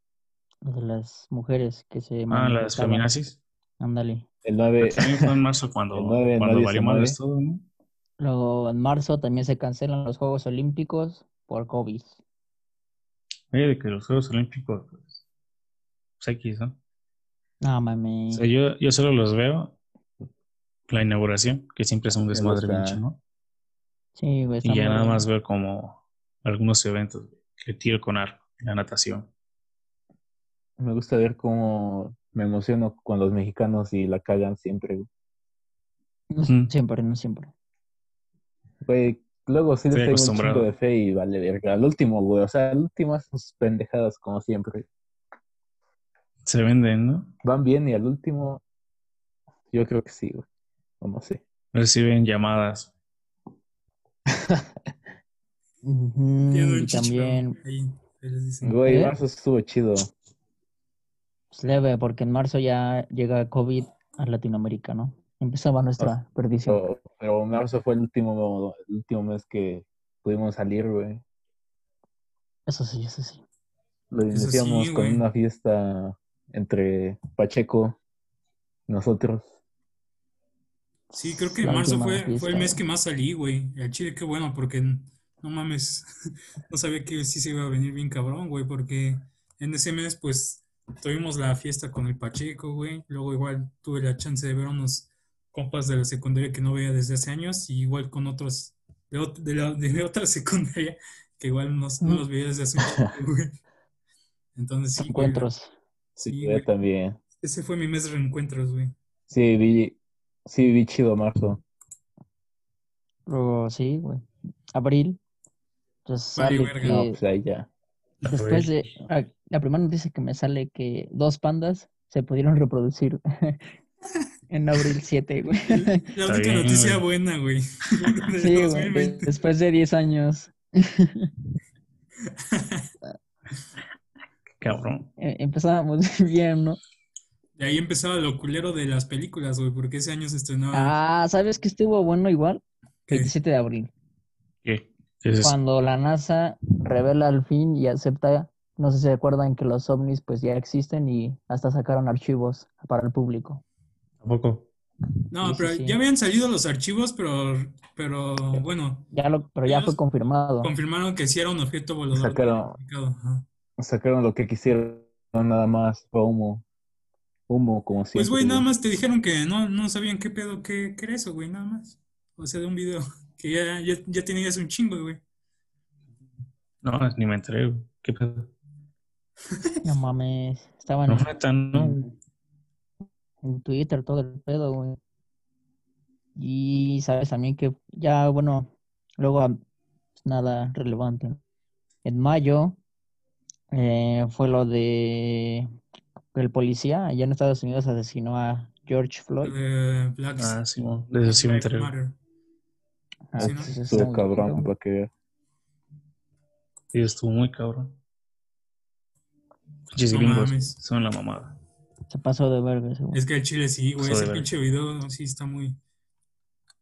[SPEAKER 1] De las mujeres que se
[SPEAKER 4] Ah, las Ah,
[SPEAKER 1] manifestaban.
[SPEAKER 4] feminazis.
[SPEAKER 1] Ándale.
[SPEAKER 2] El 9,
[SPEAKER 4] Pero también fue en marzo cuando,
[SPEAKER 2] Eh, El nueve,
[SPEAKER 4] cuando
[SPEAKER 2] no
[SPEAKER 4] valió
[SPEAKER 2] 19.
[SPEAKER 4] madres todo, ¿no?
[SPEAKER 1] Luego en marzo también se cancelan los Juegos Olímpicos por COVID.
[SPEAKER 4] Oye, de que los Juegos Olímpicos, pues, pues X, ¿no?
[SPEAKER 1] No
[SPEAKER 4] O
[SPEAKER 1] mames.
[SPEAKER 2] Mm.
[SPEAKER 4] sea, yo, yo solo los veo la inauguración, que siempre es un
[SPEAKER 2] Me
[SPEAKER 4] desmadre
[SPEAKER 2] gusta.
[SPEAKER 4] mucho, ¿no?
[SPEAKER 1] Sí, güey.
[SPEAKER 4] Y
[SPEAKER 1] está
[SPEAKER 4] ya
[SPEAKER 1] muy
[SPEAKER 4] nada
[SPEAKER 1] bueno. [laughs]
[SPEAKER 4] más veo como algunos eventos, que tiro con arco, la natación.
[SPEAKER 2] me gusta ver cómo me emociono con los mexicanos y la cagan siempre. güey.
[SPEAKER 1] No
[SPEAKER 4] Ujú.
[SPEAKER 1] siempre, no siempre.
[SPEAKER 2] Güey, luego sí les
[SPEAKER 4] Estoy
[SPEAKER 2] tengo un
[SPEAKER 4] acostumbrado.
[SPEAKER 2] chingo de fe y vale verga. Al último, güey, o sea, al último hacen sus pendejadas como siempre.
[SPEAKER 4] Se venden, ¿no?
[SPEAKER 2] Van bien y al último, yo creo que sí, güey. O no sé.
[SPEAKER 4] Reciben llamadas.
[SPEAKER 1] Ujú,
[SPEAKER 3] Tienen un
[SPEAKER 1] Y
[SPEAKER 3] chicharo
[SPEAKER 1] también
[SPEAKER 3] Ahí, ahí les dicen.
[SPEAKER 2] Güey,
[SPEAKER 1] ¿Eh?
[SPEAKER 2] marzo estuvo chido.
[SPEAKER 1] pues, leve, porque en marzo ya llega COVID a Latinoamérica, ¿no? Empezaba nuestra perdición.
[SPEAKER 2] Pero, pero marzo fue el último, el último mes que pudimos salir, güey.
[SPEAKER 1] Eso sí, eso sí.
[SPEAKER 2] Lo
[SPEAKER 3] Eso sí,
[SPEAKER 2] iniciamos con
[SPEAKER 3] güey.
[SPEAKER 2] una fiesta entre Pacheco, nosotros.
[SPEAKER 3] Sí, creo que
[SPEAKER 1] La
[SPEAKER 3] marzo
[SPEAKER 1] última
[SPEAKER 3] fue, fue el
[SPEAKER 1] fiesta,
[SPEAKER 3] mes
[SPEAKER 1] güey.
[SPEAKER 3] que más salí, güey. Y al chile, qué bueno, porque n- no mames, [laughs] no sabía que sí se iba a venir bien cabrón, güey, porque en ese mes, pues, tuvimos la fiesta con el Pacheco, güey. Luego igual tuve la chance de ver a unos compas de la secundaria que no veía desde hace años, y igual con otros de, ot- de, la, de [laughs] otra secundaria que igual no,
[SPEAKER 1] Mm.
[SPEAKER 3] no los veía desde hace mucho,
[SPEAKER 1] [laughs]
[SPEAKER 3] güey. Entonces, sí, güey,
[SPEAKER 1] Encuentros.
[SPEAKER 3] sí,
[SPEAKER 2] Yo
[SPEAKER 3] güey.
[SPEAKER 2] también.
[SPEAKER 3] Ese fue mi mes de reencuentros, güey.
[SPEAKER 2] Sí, vi, sí, vi chido marzo.
[SPEAKER 1] Luego, sí, güey. Abril. Pues
[SPEAKER 3] Vale,
[SPEAKER 1] sale
[SPEAKER 3] verga.
[SPEAKER 2] No,
[SPEAKER 1] que-
[SPEAKER 2] pues ahí ya.
[SPEAKER 1] Después de ah, la primera noticia que me sale que dos pandas se pudieron reproducir [laughs] en abril 7, güey.
[SPEAKER 3] La
[SPEAKER 4] Está
[SPEAKER 3] única
[SPEAKER 4] bien,
[SPEAKER 3] noticia
[SPEAKER 4] güey.
[SPEAKER 3] buena, güey. [laughs] Del
[SPEAKER 1] Sí, güey,
[SPEAKER 3] 2020.
[SPEAKER 1] Después de 10 años
[SPEAKER 4] Cabrón.
[SPEAKER 1] eh, empezábamos [laughs] bien, ¿no?
[SPEAKER 3] De ahí empezaba lo culero de las películas, güey, porque ese año se estrenaba.
[SPEAKER 1] Ah, ¿sabes qué estuvo bueno igual?
[SPEAKER 3] ¿Qué?
[SPEAKER 1] 27 de abril,
[SPEAKER 4] ¿Qué? ¿Qué Pues es eso?
[SPEAKER 1] cuando la NASA revela al fin y acepta, no sé si se acuerdan que los ovnis pues ya existen y hasta sacaron archivos para el público.
[SPEAKER 4] Tampoco.
[SPEAKER 3] No,
[SPEAKER 1] sí,
[SPEAKER 3] pero
[SPEAKER 1] sí, sí.
[SPEAKER 3] ya habían salido los archivos, pero, pero bueno,
[SPEAKER 1] Ya lo, pero ya
[SPEAKER 3] Ya
[SPEAKER 1] fue
[SPEAKER 3] los
[SPEAKER 1] confirmado.
[SPEAKER 3] confirmaron que sí era un objeto volador.
[SPEAKER 2] Sacaron.
[SPEAKER 3] identificado, ajá.
[SPEAKER 2] Sacaron lo que quisieron, nada más. Fue humo. Humo, como siempre.
[SPEAKER 3] Pues, güey, nada
[SPEAKER 2] güey.
[SPEAKER 3] más te dijeron que no, no sabían qué pedo, qué, qué era eso, güey, nada más. O sea, de un video [laughs] que ya, ya, ya tenías un chingo, güey.
[SPEAKER 4] No, ni me enteré. güey. ¿Qué pedo?
[SPEAKER 1] No mames, estaban
[SPEAKER 4] No, neta, no.
[SPEAKER 1] en, Mm. en Twitter, todo el pedo, güey. Y sabes también que ya, bueno, luego ah, pues, nada relevante. ¿no? En mayo eh, fue lo de el policía allá en Estados Unidos asesinó a George Floyd.
[SPEAKER 3] De Black
[SPEAKER 4] Ah, sí, bueno, de eso sí me
[SPEAKER 3] Lives
[SPEAKER 4] enteré.
[SPEAKER 3] Matter.
[SPEAKER 1] Ah,
[SPEAKER 3] sí, ¿no?
[SPEAKER 1] pues, eso está
[SPEAKER 2] Estuvo
[SPEAKER 1] muy
[SPEAKER 2] cabrón,
[SPEAKER 1] cabrón.
[SPEAKER 2] para que veas.
[SPEAKER 4] Sí, estuvo muy cabrón. Pinches
[SPEAKER 3] No
[SPEAKER 4] gringos
[SPEAKER 3] mames.
[SPEAKER 4] son la mamada.
[SPEAKER 1] Se pasó de verga ese güey.
[SPEAKER 3] Es que el chile sí, güey,
[SPEAKER 4] Pasó de
[SPEAKER 3] ese
[SPEAKER 4] verga.
[SPEAKER 3] pinche video sí está muy.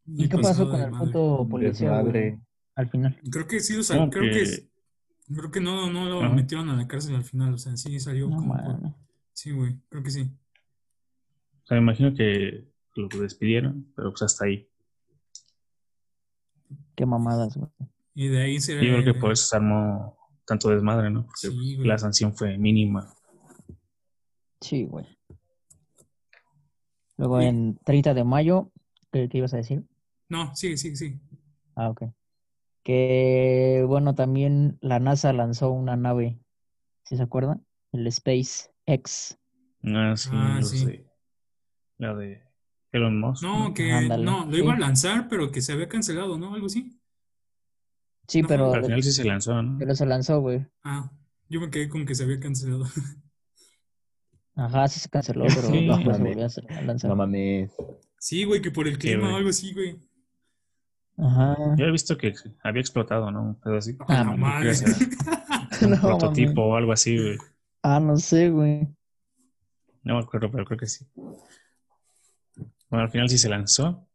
[SPEAKER 3] muy
[SPEAKER 1] ¿Y qué pasó
[SPEAKER 3] pasado de
[SPEAKER 1] con el
[SPEAKER 3] madre.
[SPEAKER 1] puto policía güey,
[SPEAKER 2] Desmadre.
[SPEAKER 1] al final?
[SPEAKER 3] Creo que sí, o sea,
[SPEAKER 4] Como
[SPEAKER 3] creo que,
[SPEAKER 4] que-
[SPEAKER 3] creo que no, no lo
[SPEAKER 4] Ajá.
[SPEAKER 3] metieron a la cárcel al final, o sea, sí salió
[SPEAKER 1] No
[SPEAKER 3] como por-
[SPEAKER 1] mames.
[SPEAKER 3] Sí, güey, creo que sí.
[SPEAKER 4] O sea, me imagino que lo despidieron, pero pues hasta ahí.
[SPEAKER 1] Qué mamadas, güey.
[SPEAKER 3] Y de ahí se...
[SPEAKER 4] Yo creo que por eso se armó tanto desmadre, ¿no? Porque
[SPEAKER 3] Eh. Sí, güey.
[SPEAKER 4] la sanción fue mínima.
[SPEAKER 1] Sí, güey. Luego
[SPEAKER 3] Y-
[SPEAKER 1] en 30 de mayo, ¿qué, qué ibas a decir?
[SPEAKER 3] No, sigue, sigue, sigue.
[SPEAKER 1] Ah, ok. Que bueno, también la NASA lanzó una nave, ¿sí se acuerdan? El SpaceX.
[SPEAKER 4] Ah, sí,
[SPEAKER 3] Ah,
[SPEAKER 4] los
[SPEAKER 3] sí.
[SPEAKER 4] de- la de Elon Musk.
[SPEAKER 3] No, que
[SPEAKER 1] Ándale,
[SPEAKER 3] no, lo iba a
[SPEAKER 1] sí.
[SPEAKER 3] lanzar, pero que se había cancelado, ¿no? Algo así.
[SPEAKER 1] Sí,
[SPEAKER 3] No,
[SPEAKER 1] pero,
[SPEAKER 4] Al final sí se lanzó, ¿no?
[SPEAKER 1] pero se lanzó, güey.
[SPEAKER 3] Ah, yo me quedé con que se había cancelado. [laughs]
[SPEAKER 1] Ajá, sí se canceló, pero
[SPEAKER 4] Sí.
[SPEAKER 1] después se
[SPEAKER 2] Ándale.
[SPEAKER 1] volvió a hacer- a lanzar.
[SPEAKER 2] No mames.
[SPEAKER 3] Sí, güey, que por el
[SPEAKER 4] Sí,
[SPEAKER 3] clima o
[SPEAKER 4] güey.
[SPEAKER 3] algo así, güey.
[SPEAKER 1] Ajá.
[SPEAKER 4] Yo he visto que había explotado, ¿no? Un pedo así.
[SPEAKER 1] Ah,
[SPEAKER 3] Ah, la
[SPEAKER 1] no,
[SPEAKER 3] madre.
[SPEAKER 4] creo que
[SPEAKER 3] [laughs]
[SPEAKER 4] Un
[SPEAKER 1] No,
[SPEAKER 4] prototipo
[SPEAKER 1] mames.
[SPEAKER 4] o algo así, güey.
[SPEAKER 1] Ah, no sé, güey.
[SPEAKER 4] No me acuerdo, pero creo que sí. Bueno, al final sí se lanzó.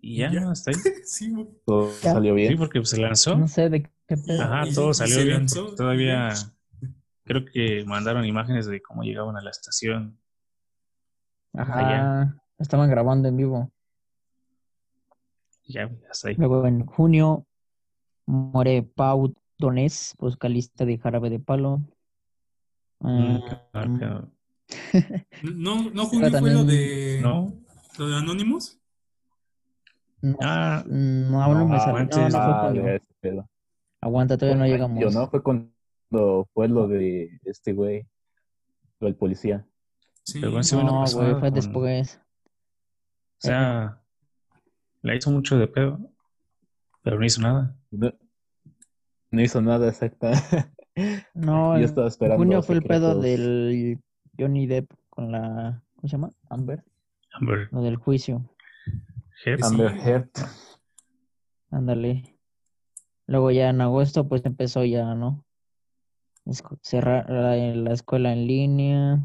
[SPEAKER 4] Y ya,
[SPEAKER 3] Ya.
[SPEAKER 4] ¿no? Hasta ahí.
[SPEAKER 3] Sí, güey.
[SPEAKER 2] Todo
[SPEAKER 1] Ya.
[SPEAKER 2] salió
[SPEAKER 4] Sí,
[SPEAKER 2] bien.
[SPEAKER 4] porque pues, se lanzó.
[SPEAKER 1] No sé de qué pedo.
[SPEAKER 4] Ajá, Ah,
[SPEAKER 3] Y-
[SPEAKER 4] todo
[SPEAKER 3] y
[SPEAKER 4] salió
[SPEAKER 3] se
[SPEAKER 4] bien.
[SPEAKER 3] lanzó,
[SPEAKER 4] porque Todavía
[SPEAKER 3] y
[SPEAKER 4] creo que mandaron imágenes de cómo llegaban a la estación
[SPEAKER 1] Ajá, estaban grabando en vivo.
[SPEAKER 4] Ya, hasta ahí.
[SPEAKER 1] Luego en junio muere Pau Donés, vocalista de Jarabe de Palo.
[SPEAKER 4] Mm,
[SPEAKER 1] Ah,
[SPEAKER 4] qué marca.
[SPEAKER 3] No, no junio
[SPEAKER 1] Pero
[SPEAKER 3] fue lo
[SPEAKER 1] también-
[SPEAKER 3] de,
[SPEAKER 4] No.
[SPEAKER 3] lo de Anonymous.
[SPEAKER 1] no,
[SPEAKER 4] Ah,
[SPEAKER 1] mm, no, aún no me
[SPEAKER 4] no,
[SPEAKER 1] salió. No,
[SPEAKER 4] antes,
[SPEAKER 1] no fue
[SPEAKER 2] Ah,
[SPEAKER 1] junio.
[SPEAKER 2] de ese pedo.
[SPEAKER 1] Aguanta, todavía no llegamos.
[SPEAKER 2] Yo no, fue cuando fue lo de este güey, lo del policía.
[SPEAKER 3] Sí.
[SPEAKER 4] Pero ese
[SPEAKER 1] No,
[SPEAKER 4] bueno, pues,
[SPEAKER 1] güey,
[SPEAKER 4] ah,
[SPEAKER 1] fue
[SPEAKER 4] con-
[SPEAKER 1] después.
[SPEAKER 4] O sea, la hizo mucho de pedo, pero no hizo nada.
[SPEAKER 2] No, no hizo nada exacta. [laughs]
[SPEAKER 1] No,
[SPEAKER 2] Yo
[SPEAKER 1] en
[SPEAKER 2] estaba esperando.
[SPEAKER 1] junio fue el pedo
[SPEAKER 2] secretos.
[SPEAKER 1] del Johnny Depp con la, ¿cómo se llama? Amber,
[SPEAKER 4] Amber
[SPEAKER 1] lo del juicio.
[SPEAKER 4] Heard.
[SPEAKER 3] Sí.
[SPEAKER 2] Amber Heard.
[SPEAKER 1] Ándale. Luego ya en agosto pues empezó ya, ¿no? Esco- Cerrar la, la escuela en línea.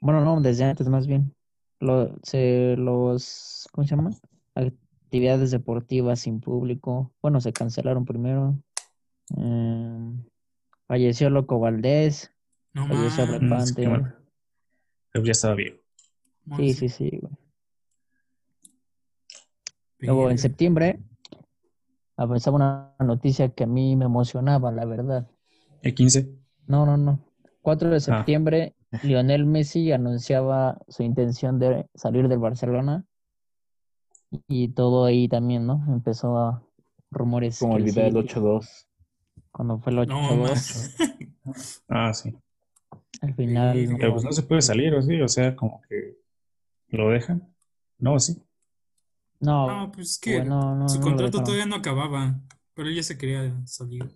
[SPEAKER 1] Bueno, no, desde antes más bien. Lo- se, los, ¿cómo se llama? Actividades deportivas sin público. Bueno, se cancelaron primero. Em, falleció Loco Valdés.
[SPEAKER 3] No
[SPEAKER 1] Falleció Black
[SPEAKER 4] Mm,
[SPEAKER 3] mames.
[SPEAKER 4] es que
[SPEAKER 1] Panther.
[SPEAKER 4] bueno. Pero ya estaba viejo.
[SPEAKER 3] Ah,
[SPEAKER 1] Sí, sí, sí, güey. Luego
[SPEAKER 3] Verga.
[SPEAKER 1] en septiembre avanzaba una noticia que a mí me emocionaba, la verdad.
[SPEAKER 4] El 15.
[SPEAKER 1] No, no, no. 4
[SPEAKER 3] Ah.
[SPEAKER 1] de septiembre, Lionel Messi anunciaba su intención de salir del Barcelona. Y todo ahí también, ¿no? Empezó a rumores.
[SPEAKER 2] Como
[SPEAKER 1] que
[SPEAKER 2] olvidar
[SPEAKER 1] sí,
[SPEAKER 2] el 8-2.
[SPEAKER 1] Cuando fue el 8
[SPEAKER 3] No mames.
[SPEAKER 4] Ah, sí.
[SPEAKER 1] al final.
[SPEAKER 4] Pero
[SPEAKER 1] No,
[SPEAKER 4] pues no se puede salir, ¿o sí? O sea, como que lo dejan. No, sí.
[SPEAKER 1] no,
[SPEAKER 3] No, pues es que
[SPEAKER 1] bueno, no, no
[SPEAKER 4] Ah,
[SPEAKER 3] su
[SPEAKER 1] lo
[SPEAKER 3] contrato
[SPEAKER 1] dejaron.
[SPEAKER 3] todavía no acababa, pero él ya se quería salir.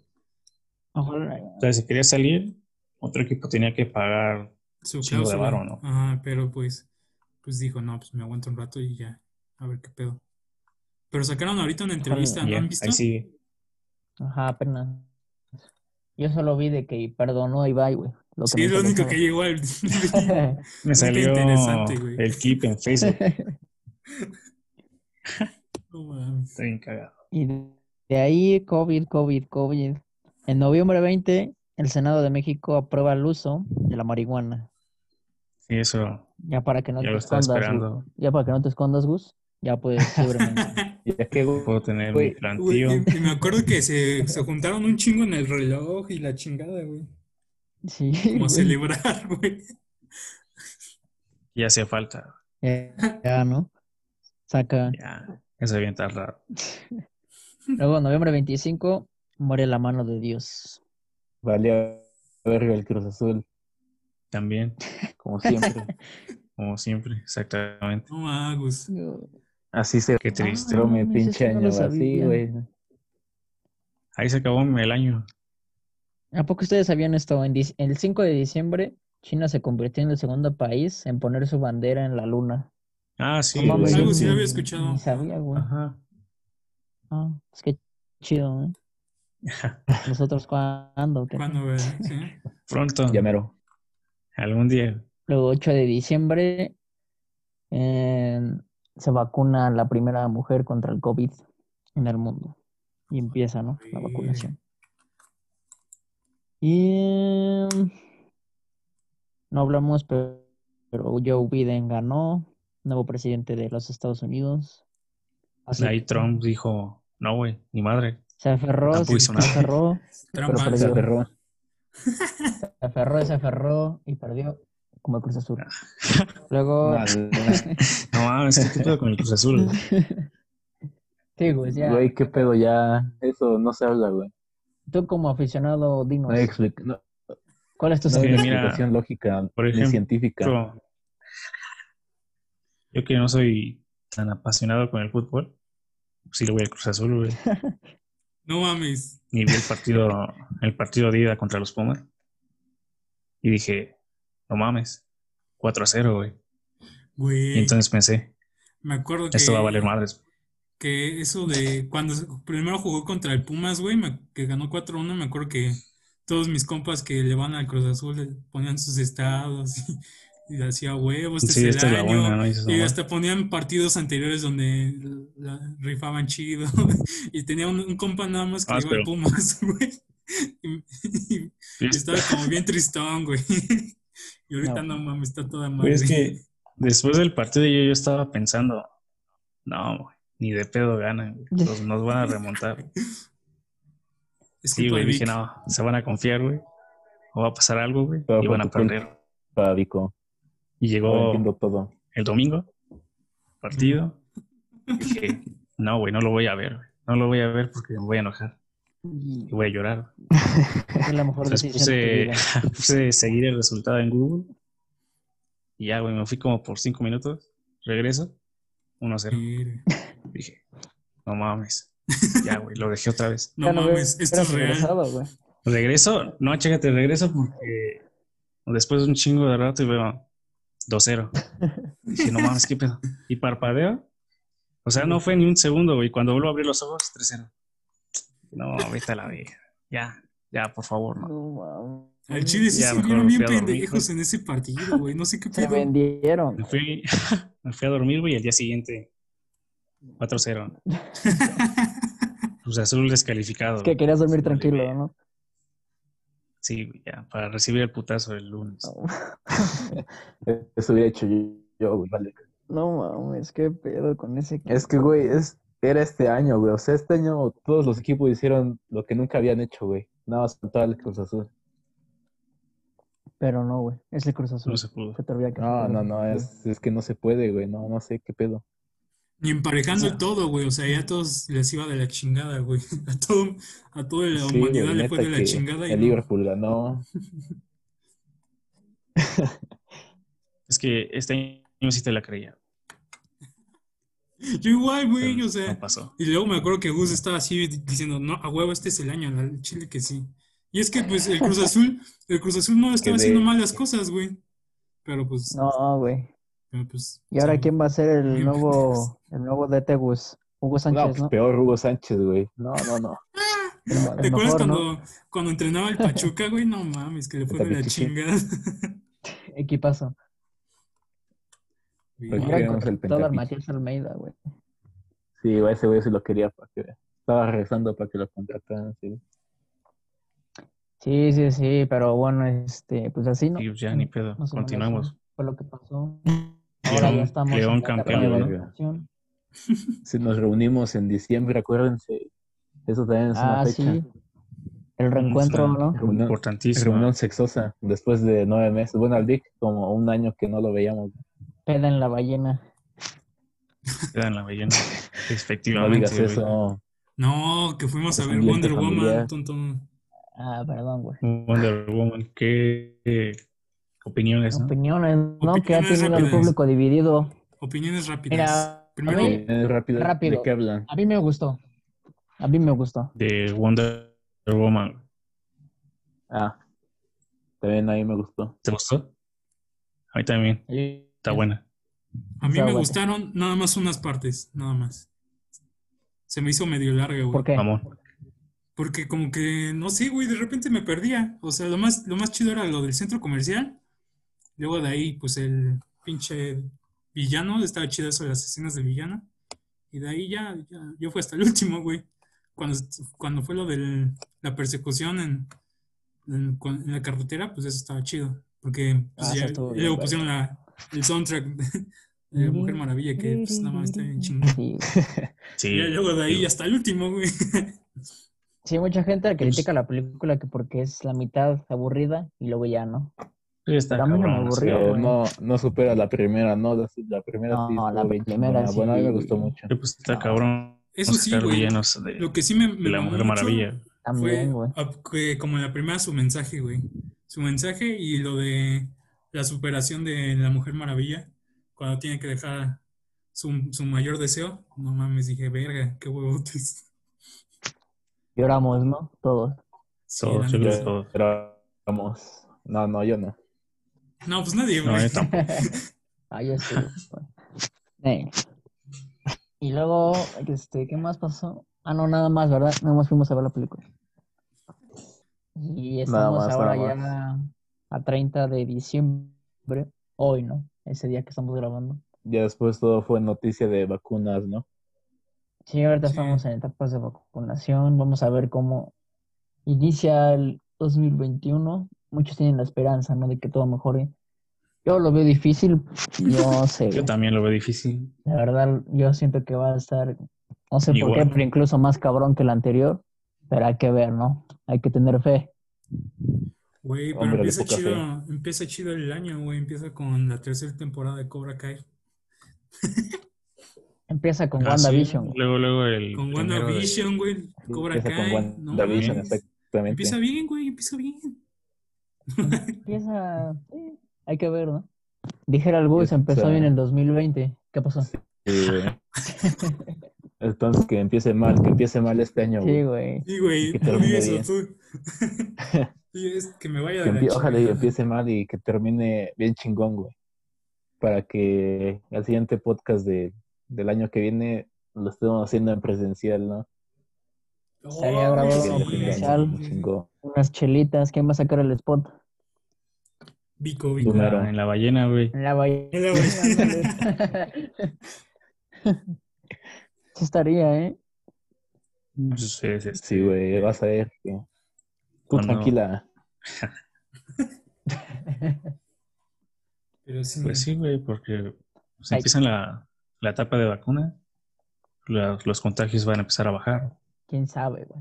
[SPEAKER 1] Ojalá-
[SPEAKER 4] O sea, si quería salir, otro equipo tenía que pagar.
[SPEAKER 3] Su
[SPEAKER 4] Chingo de
[SPEAKER 3] cláusula.
[SPEAKER 4] varo, ¿no?
[SPEAKER 3] Ajá, pero pues, pues dijo, no, pues me aguanto un rato y ya, a ver qué pedo. Pero sacaron ahorita una entrevista,
[SPEAKER 4] y
[SPEAKER 3] Ah, ¿no
[SPEAKER 4] ya,
[SPEAKER 3] han visto?
[SPEAKER 4] ahí sigue.
[SPEAKER 1] Ajá, apenas. Yo solo vi de que perdonó a Ibai, güey. Lo que
[SPEAKER 3] Sí,
[SPEAKER 1] me
[SPEAKER 3] es lo único
[SPEAKER 1] interesaba.
[SPEAKER 3] que llegó al... [laughs]
[SPEAKER 4] [laughs]
[SPEAKER 1] [laughs]
[SPEAKER 3] Es
[SPEAKER 4] Me
[SPEAKER 3] que
[SPEAKER 4] salió
[SPEAKER 3] interesante, güey.
[SPEAKER 4] el clip en Facebook.
[SPEAKER 3] No mames.
[SPEAKER 4] Está bien cagado.
[SPEAKER 1] Y de ahí, COVID, COVID, COVID. En noviembre 20, el Senado de México aprueba el uso de la marihuana.
[SPEAKER 4] Sí, eso
[SPEAKER 1] Ya para que no
[SPEAKER 4] ya
[SPEAKER 1] te
[SPEAKER 4] lo estaba
[SPEAKER 1] escondas, Gus.
[SPEAKER 4] esperando.
[SPEAKER 1] Ya para que no te escondas, Gus. Ya
[SPEAKER 4] [laughs]
[SPEAKER 1] puedes libremente.
[SPEAKER 2] Y es que, güey,
[SPEAKER 4] Puedo tener
[SPEAKER 2] Güey,
[SPEAKER 4] mi
[SPEAKER 3] Güey,
[SPEAKER 4] plantío.
[SPEAKER 3] y, y me acuerdo que se, se juntaron un chingo en el reloj y la chingada, güey.
[SPEAKER 1] Sí.
[SPEAKER 3] Como a
[SPEAKER 1] güey.
[SPEAKER 3] celebrar, [laughs] güey.
[SPEAKER 4] Ya hacía falta.
[SPEAKER 1] Ya, ya, ¿no? Saca.
[SPEAKER 4] [laughs] Ya. Eso bien tardado.
[SPEAKER 1] Luego, noviembre 25, muere la mano de Dios.
[SPEAKER 2] valía verga el Cruz Azul,
[SPEAKER 4] También,
[SPEAKER 2] [laughs] como siempre.
[SPEAKER 4] como siempre, exactamente.
[SPEAKER 3] No mames.
[SPEAKER 2] Así se Ah,
[SPEAKER 4] Qué triste.
[SPEAKER 2] cerró mi
[SPEAKER 1] mames,
[SPEAKER 2] pinche
[SPEAKER 1] eso no lo
[SPEAKER 2] año, así,
[SPEAKER 1] sabía.
[SPEAKER 2] güey.
[SPEAKER 4] Ahí se acabó el año.
[SPEAKER 1] ¿A poco ustedes sabían esto? En dic- el 5 de diciembre, China se convirtió en el segundo país en poner su bandera en la luna.
[SPEAKER 4] Ah, sí.
[SPEAKER 2] No mames,
[SPEAKER 4] güey.
[SPEAKER 2] algo sí
[SPEAKER 3] lo había escuchado.
[SPEAKER 1] Ni sabía, güey.
[SPEAKER 4] Ajá.
[SPEAKER 1] Ah, es que chido, ¿eh? ¿Nosotros cuándo? ¿Qué?
[SPEAKER 3] Cuando, güey, sí.
[SPEAKER 4] Pronto.
[SPEAKER 2] Llamero.
[SPEAKER 4] Algún día.
[SPEAKER 1] Luego, 8 de diciembre, eh, se vacuna la primera mujer contra el COVID en el mundo. Y empieza, ¿no? La vacunación. Y. mm, No hablamos, pero, pero Joe Biden ganó, nuevo presidente de los Estados Unidos. Así
[SPEAKER 4] Ahí Trump dijo, no, güey, ni madre.
[SPEAKER 1] se aferró,
[SPEAKER 4] tampoco
[SPEAKER 1] se,
[SPEAKER 4] hizo
[SPEAKER 1] se
[SPEAKER 4] nada.
[SPEAKER 1] aferró,
[SPEAKER 3] Trampa.
[SPEAKER 1] Pero
[SPEAKER 2] Se
[SPEAKER 1] perdió.
[SPEAKER 2] aferró.
[SPEAKER 1] se aferró, se aferró y perdió como el Cruz
[SPEAKER 3] [laughs]
[SPEAKER 1] Azul. Luego.
[SPEAKER 2] [laughs] Mal.
[SPEAKER 4] No mames, ¿qué pedo con el Cruz Azul?
[SPEAKER 1] Sí, güey, ya.
[SPEAKER 2] Güey, qué pedo, ya. Eso no se habla, güey.
[SPEAKER 1] Tú como aficionado, dinos,
[SPEAKER 2] No hay, expli- no-
[SPEAKER 1] ¿cuál es tu
[SPEAKER 2] no hay
[SPEAKER 1] sensación?
[SPEAKER 2] una
[SPEAKER 4] mira,
[SPEAKER 2] explicación lógica
[SPEAKER 4] por
[SPEAKER 2] ni
[SPEAKER 4] ejemplo,
[SPEAKER 2] científica.
[SPEAKER 4] Yo, yo que no soy tan apasionado con el fútbol, pues sí le voy al Cruz Azul, güey.
[SPEAKER 3] No mames.
[SPEAKER 4] Y vi el partido, el partido de ida contra los Pumas. Y dije, no mames, 4 a 0, güey.
[SPEAKER 3] Güey.
[SPEAKER 4] Y entonces pensé,
[SPEAKER 3] me acuerdo que.
[SPEAKER 4] esto va a valer madres.
[SPEAKER 3] que eso de cuando se- primero jugó contra el Pumas, güey, me- que ganó 4-1, me acuerdo que todos mis compas que le van al Cruz Azul le ponían sus estados y, y hacía huevos, este
[SPEAKER 4] Sí,
[SPEAKER 3] es
[SPEAKER 4] esta es
[SPEAKER 3] el
[SPEAKER 4] la
[SPEAKER 3] año.
[SPEAKER 4] buena, ¿no? Y dices, no
[SPEAKER 3] Y este,
[SPEAKER 4] mames.
[SPEAKER 3] hasta ponían partidos anteriores donde la rifaban chido. [laughs] Y tenía un, un compa nada más que
[SPEAKER 4] Ah,
[SPEAKER 3] le iba al
[SPEAKER 4] pero-
[SPEAKER 3] Pumas, [laughs] güey. Y, y- este y estaba como bien tristón, güey. [laughs] Y ahorita
[SPEAKER 1] No.
[SPEAKER 3] no, mames, está toda madre.
[SPEAKER 4] Güey, es que Después del partido yo, yo estaba pensando, no, güey, ni de pedo ganan, güey, nos, nos van a remontar. güey".
[SPEAKER 3] Es
[SPEAKER 4] Sí,
[SPEAKER 3] culpa
[SPEAKER 4] güey,
[SPEAKER 3] de
[SPEAKER 4] dije,
[SPEAKER 3] Vic.
[SPEAKER 4] no, se van a confiar, güey, o va a pasar algo, güey,
[SPEAKER 2] Todo
[SPEAKER 4] y
[SPEAKER 2] por
[SPEAKER 4] van a
[SPEAKER 2] tu culpa.
[SPEAKER 4] perder.
[SPEAKER 2] Para Vico.
[SPEAKER 4] Y
[SPEAKER 2] Ahora
[SPEAKER 4] llegó
[SPEAKER 2] entiendo todo.
[SPEAKER 4] el domingo, partido, dije, no, güey, no lo voy a ver, güey, no lo voy a ver porque me voy a enojar
[SPEAKER 1] Y
[SPEAKER 4] y voy a llorar.
[SPEAKER 1] es la mejor decisión
[SPEAKER 4] Entonces puse,
[SPEAKER 1] de tu vida.
[SPEAKER 4] puse seguir el resultado en Google. Y ya, güey, me fui como por cinco minutos. Regreso. 1-0.
[SPEAKER 3] Mire.
[SPEAKER 4] Dije, no mames. Ya, güey, lo dejé otra vez.
[SPEAKER 3] No
[SPEAKER 1] Ya veo-
[SPEAKER 3] mames,
[SPEAKER 1] hubiera
[SPEAKER 3] esto es real.
[SPEAKER 1] regresado, güey.
[SPEAKER 4] Regreso, no, chécate, regreso porque después de un chingo de rato y veo 2-0. Dije, no mames, qué pedo. Y parpadeo. O sea, no fue ni un segundo, güey. Cuando vuelvo a abrir los ojos, 3-0. No, vete a la vida. Ya, ya, por favor, no.
[SPEAKER 1] No mames.
[SPEAKER 3] Al chile sí
[SPEAKER 4] Ya,
[SPEAKER 3] se
[SPEAKER 4] mejor
[SPEAKER 3] vieron
[SPEAKER 4] me
[SPEAKER 3] bien
[SPEAKER 4] fui a dormir,
[SPEAKER 3] pendejos en ese partido, güey. No sé qué
[SPEAKER 1] Se
[SPEAKER 3] pedo.
[SPEAKER 1] vendieron.
[SPEAKER 4] Me fui, [laughs] me fui a dormir, güey, y al día siguiente 4-0. Cruz Pues Azul descalificado.
[SPEAKER 1] Es que
[SPEAKER 4] güey.
[SPEAKER 1] querías dormir
[SPEAKER 4] Sí,
[SPEAKER 1] tranquilo,
[SPEAKER 4] güey.
[SPEAKER 1] ¿no?
[SPEAKER 4] Sí, güey, ya, para recibir el putazo el lunes.
[SPEAKER 2] Eso hubiera hecho yo, yo, güey, vale.
[SPEAKER 1] No mames, qué pedo con ese equipo.
[SPEAKER 2] Es que, güey, es, era este año, güey. O sea, este año todos los equipos hicieron lo que nunca habían hecho, güey. Nada más faltaba el Cruz Azul.
[SPEAKER 1] Pero no, güey. Es el Cruz Azul.
[SPEAKER 4] No se pudo.
[SPEAKER 1] Se te olvida que
[SPEAKER 2] No,
[SPEAKER 1] es el
[SPEAKER 2] no,
[SPEAKER 1] Cruz
[SPEAKER 2] no,
[SPEAKER 1] Azul.
[SPEAKER 2] es, es que no se puede, güey. No, no sé qué pedo.
[SPEAKER 3] Ni emparejando
[SPEAKER 4] O sea.
[SPEAKER 3] y todo, güey. O sea, ya a todos les iba de la chingada, güey. [laughs] A todo, a toda la
[SPEAKER 2] Sí,
[SPEAKER 3] humanidad
[SPEAKER 2] güey,
[SPEAKER 3] le fue
[SPEAKER 2] neta
[SPEAKER 3] de la
[SPEAKER 2] que
[SPEAKER 3] chingada y
[SPEAKER 2] El
[SPEAKER 3] no.
[SPEAKER 2] Liverpool ganó.
[SPEAKER 4] Es que este año sí te la creía.
[SPEAKER 3] Yo igual, güey,
[SPEAKER 4] pero
[SPEAKER 3] o sea.
[SPEAKER 4] No pasó.
[SPEAKER 3] Y luego me acuerdo que Gus estaba así diciendo, no, a huevo, este es el año, al Chile que sí. Y es que pues el Cruz Azul, el Cruz
[SPEAKER 1] [laughs]
[SPEAKER 3] Azul no estaba
[SPEAKER 2] de-
[SPEAKER 3] haciendo malas cosas, güey. Pero pues,
[SPEAKER 1] No, güey.
[SPEAKER 3] pero, pues,
[SPEAKER 1] ¿Y ahora
[SPEAKER 3] sí.
[SPEAKER 1] quién va a ser el
[SPEAKER 3] Bien pendejos.
[SPEAKER 1] nuevo, el nuevo DT Gus? Hugo
[SPEAKER 2] no,
[SPEAKER 1] Sánchez,
[SPEAKER 2] pues
[SPEAKER 1] ¿no?
[SPEAKER 2] peor Hugo Sánchez, güey. No, no, no. No,
[SPEAKER 1] el
[SPEAKER 3] ¿Te acuerdas
[SPEAKER 1] mejor, ¿no?
[SPEAKER 3] cuando, cuando entrenaba el Pachuca, güey? No mames, que le fue de la
[SPEAKER 2] Tapichichi.
[SPEAKER 3] chingada.
[SPEAKER 1] Equipazo.
[SPEAKER 2] Pero
[SPEAKER 1] Hubieran
[SPEAKER 2] queremos Pues el
[SPEAKER 1] contratado al
[SPEAKER 2] Pentapichi.
[SPEAKER 1] Matías Almeida, güey.
[SPEAKER 2] Sí, güey, ese güey se lo quería para que estaba rezando para que lo contrataran. Sí.
[SPEAKER 1] Sí, sí, sí, pero bueno, este, pues así no.
[SPEAKER 4] Y ya ni pedo.
[SPEAKER 1] no se
[SPEAKER 4] Continuamos.
[SPEAKER 1] maneja. Fue lo que pasó. Ahora ya
[SPEAKER 4] León,
[SPEAKER 1] estamos
[SPEAKER 4] León
[SPEAKER 1] en la
[SPEAKER 4] campeón,
[SPEAKER 1] carrera de
[SPEAKER 2] ¿no?
[SPEAKER 1] eliminación.
[SPEAKER 2] Sí, nos reunimos en diciembre, acuérdense. Eso también es una
[SPEAKER 1] Ah,
[SPEAKER 2] fecha.
[SPEAKER 1] sí. El reencuentro,
[SPEAKER 4] Una-
[SPEAKER 1] ¿no?
[SPEAKER 2] Reunión,
[SPEAKER 4] Importantísimo.
[SPEAKER 2] reunión sexosa después de nueve meses. Bueno, al Vic, como un año que no lo veíamos.
[SPEAKER 1] Peda en la ballena.
[SPEAKER 4] Queda en la bellena.
[SPEAKER 2] No
[SPEAKER 4] Efectivamente.
[SPEAKER 2] digas
[SPEAKER 4] güey.
[SPEAKER 2] eso.
[SPEAKER 3] No, que fuimos a
[SPEAKER 2] Es
[SPEAKER 3] ver
[SPEAKER 2] ambiente
[SPEAKER 3] Wonder Woman,
[SPEAKER 2] familiar.
[SPEAKER 3] tonto.
[SPEAKER 1] Ah, perdón, güey.
[SPEAKER 4] Wonder Woman, ¿qué eh, opiniones? no?
[SPEAKER 1] Opiniones, ¿no? Que ha
[SPEAKER 3] Opiniones
[SPEAKER 1] tenido el
[SPEAKER 3] rápidas.
[SPEAKER 1] público dividido.
[SPEAKER 3] Opiniones rápidas.
[SPEAKER 1] Mira,
[SPEAKER 3] Primero,
[SPEAKER 1] a mí-
[SPEAKER 2] Eh, rápido,
[SPEAKER 1] rápido.
[SPEAKER 2] ¿De qué hablan?
[SPEAKER 1] A mí me gustó. A mí me gustó.
[SPEAKER 4] De Wonder Woman.
[SPEAKER 2] Ah, también ahí me gustó.
[SPEAKER 4] ¿Te gustó? A mí también. Está buena.
[SPEAKER 3] a mí
[SPEAKER 1] está
[SPEAKER 3] me
[SPEAKER 1] bueno.
[SPEAKER 3] gustaron nada más unas partes, nada más. Se me hizo medio larga, güey.
[SPEAKER 1] ¿Por qué?
[SPEAKER 4] Vamos.
[SPEAKER 3] Porque como que, no sé, güey, de repente me perdía. O sea, lo más, lo más chido era lo del centro comercial. Luego de ahí, pues el pinche villano, estaba chido eso de las escenas del villano. Y de ahí ya, ya yo fui hasta el [laughs] último, güey. Cuando, cuando fue lo de la persecución en, en- con- en la carretera, pues eso estaba chido. Porque pues,
[SPEAKER 1] Ah,
[SPEAKER 3] ya-
[SPEAKER 1] eso estuvo bien,
[SPEAKER 3] luego
[SPEAKER 1] güey.
[SPEAKER 3] pusieron la, el soundtrack de, de Mujer Maravilla, que pues nada más está bien chingón.
[SPEAKER 1] Sí,
[SPEAKER 4] Sí.
[SPEAKER 3] Y ya luego de ahí hasta el último, güey. [laughs]
[SPEAKER 1] sí, mucha
[SPEAKER 4] [laughs] Pues
[SPEAKER 1] gente critica la película que porque es la mitad aburrida y luego ya, ¿no?
[SPEAKER 4] Sí, está
[SPEAKER 1] Pero a mí no me
[SPEAKER 4] cabrón,
[SPEAKER 1] aburrió,
[SPEAKER 4] sí.
[SPEAKER 2] Pero
[SPEAKER 1] güey.
[SPEAKER 2] no, no supera la primera, ¿no? La, la primera
[SPEAKER 1] No,
[SPEAKER 2] estuvo
[SPEAKER 1] la
[SPEAKER 2] bien
[SPEAKER 1] primera
[SPEAKER 2] chingona.
[SPEAKER 1] sí.
[SPEAKER 2] Bueno, a mí me gustó mucho.
[SPEAKER 4] Sí, pues está
[SPEAKER 1] No.
[SPEAKER 4] cabrón.
[SPEAKER 3] Eso sí,
[SPEAKER 4] Buscar
[SPEAKER 3] güey.
[SPEAKER 4] villanos de,
[SPEAKER 3] Lo que sí me, me
[SPEAKER 4] de la
[SPEAKER 3] mamó
[SPEAKER 4] Mujer
[SPEAKER 3] mucho
[SPEAKER 4] Maravilla.
[SPEAKER 3] fue
[SPEAKER 1] También, güey.
[SPEAKER 3] a- que como en la primera su mensaje, güey. Su mensaje y lo de la superación de la Mujer Maravilla cuando tiene que dejar su, su mayor deseo. No mames, dije, verga, qué huevotes. [laughs]
[SPEAKER 1] Lloramos, ¿no? Todos.
[SPEAKER 3] Sí,
[SPEAKER 4] Todo,
[SPEAKER 3] la
[SPEAKER 4] yo creo
[SPEAKER 3] neta.
[SPEAKER 4] que todo.
[SPEAKER 2] Pero vamos. No, no, yo no.
[SPEAKER 3] No, pues nadie,
[SPEAKER 4] No,
[SPEAKER 3] güey.
[SPEAKER 4] yo tampoco.
[SPEAKER 1] Ah, yo sí.
[SPEAKER 2] [laughs]
[SPEAKER 1] güey. Eh. Y luego, este, ¿qué más pasó? Ah, no, nada más, ¿verdad? Nada más fuimos a ver la película. Y estamos
[SPEAKER 2] más,
[SPEAKER 1] ahora
[SPEAKER 2] nada
[SPEAKER 1] ya a 30 de diciembre, hoy, ¿no? Ese día que estamos grabando.
[SPEAKER 2] Ya después todo fue noticia de vacunas, ¿no?
[SPEAKER 1] Sí, ahorita
[SPEAKER 3] Sí.
[SPEAKER 1] estamos en etapas de vacunación. Vamos a ver cómo inicia el 2021. Muchos tienen la esperanza, ¿no? De que todo mejore. Yo lo veo difícil, no sé.
[SPEAKER 4] Yo también lo veo difícil.
[SPEAKER 1] La verdad, yo siento que va a estar, no sé por qué,
[SPEAKER 4] Igual.
[SPEAKER 1] pero incluso más cabrón que el anterior. Pero hay que ver, ¿no? Hay que tener fe.
[SPEAKER 3] [laughs] Güey, pero
[SPEAKER 2] Hombre de
[SPEAKER 3] empieza
[SPEAKER 2] poca fe.
[SPEAKER 3] chido, empieza chido el año, güey. Empieza con la tercera temporada de Cobra Kai.
[SPEAKER 1] Empieza con
[SPEAKER 4] Ah, sí.
[SPEAKER 1] WandaVision. güey.
[SPEAKER 4] Luego, luego el.
[SPEAKER 3] Con
[SPEAKER 4] primero de-
[SPEAKER 3] WandaVision, güey. Cobra
[SPEAKER 2] Empieza con
[SPEAKER 3] Kai.
[SPEAKER 2] Juan
[SPEAKER 3] no
[SPEAKER 2] Davision,
[SPEAKER 3] mames.
[SPEAKER 2] exactamente.
[SPEAKER 3] Empieza bien, güey, empieza bien.
[SPEAKER 1] Empieza, sí, hay que ver, ¿no? Dijera el Gus,
[SPEAKER 2] Este-
[SPEAKER 1] empezó bien el 2020. ¿Qué pasó? Sí,
[SPEAKER 2] Sí,
[SPEAKER 3] [laughs]
[SPEAKER 2] güey. Entonces que empiece mal, que empiece mal este año, güey.
[SPEAKER 1] güey.
[SPEAKER 3] Sí, güey,
[SPEAKER 2] Que
[SPEAKER 3] tú
[SPEAKER 2] termine
[SPEAKER 3] di eso,
[SPEAKER 2] bien. [laughs]
[SPEAKER 3] tú. Sí, es que me vaya
[SPEAKER 2] Que
[SPEAKER 3] de la
[SPEAKER 2] empie- ojalá y
[SPEAKER 3] chingada.
[SPEAKER 2] empiece mal y que termine bien chingón, güey. Para que el siguiente podcast de, del año que viene lo estemos haciendo en presencial, ¿no?
[SPEAKER 3] Oh,
[SPEAKER 1] Estaría bravo,
[SPEAKER 2] Que
[SPEAKER 3] sí,
[SPEAKER 2] ya
[SPEAKER 1] güey,
[SPEAKER 3] sí,
[SPEAKER 2] tengamos
[SPEAKER 1] presencial.
[SPEAKER 2] un
[SPEAKER 3] sí, sí.
[SPEAKER 2] chingo.
[SPEAKER 1] Unas chelitas. ¿Quién va a sacar el spot?
[SPEAKER 3] Vico,
[SPEAKER 4] En
[SPEAKER 3] Vico.
[SPEAKER 2] Primero.
[SPEAKER 4] la, en la ballena, güey.
[SPEAKER 1] En la bahía.
[SPEAKER 3] En la
[SPEAKER 4] [laughs]
[SPEAKER 3] bahía.
[SPEAKER 1] Sí estaría, ¿eh?
[SPEAKER 4] Pues, es, este,
[SPEAKER 2] Sí, güey, vas a ver. que- Tú
[SPEAKER 4] Cuando-
[SPEAKER 2] tranquila.
[SPEAKER 3] Pero sí,
[SPEAKER 4] Pues sí, güey, porque pues,
[SPEAKER 1] Ay.
[SPEAKER 4] empiezan la, la etapa de vacuna, la- los contagios van a empezar a bajar.
[SPEAKER 1] ¿Quién sabe, güey?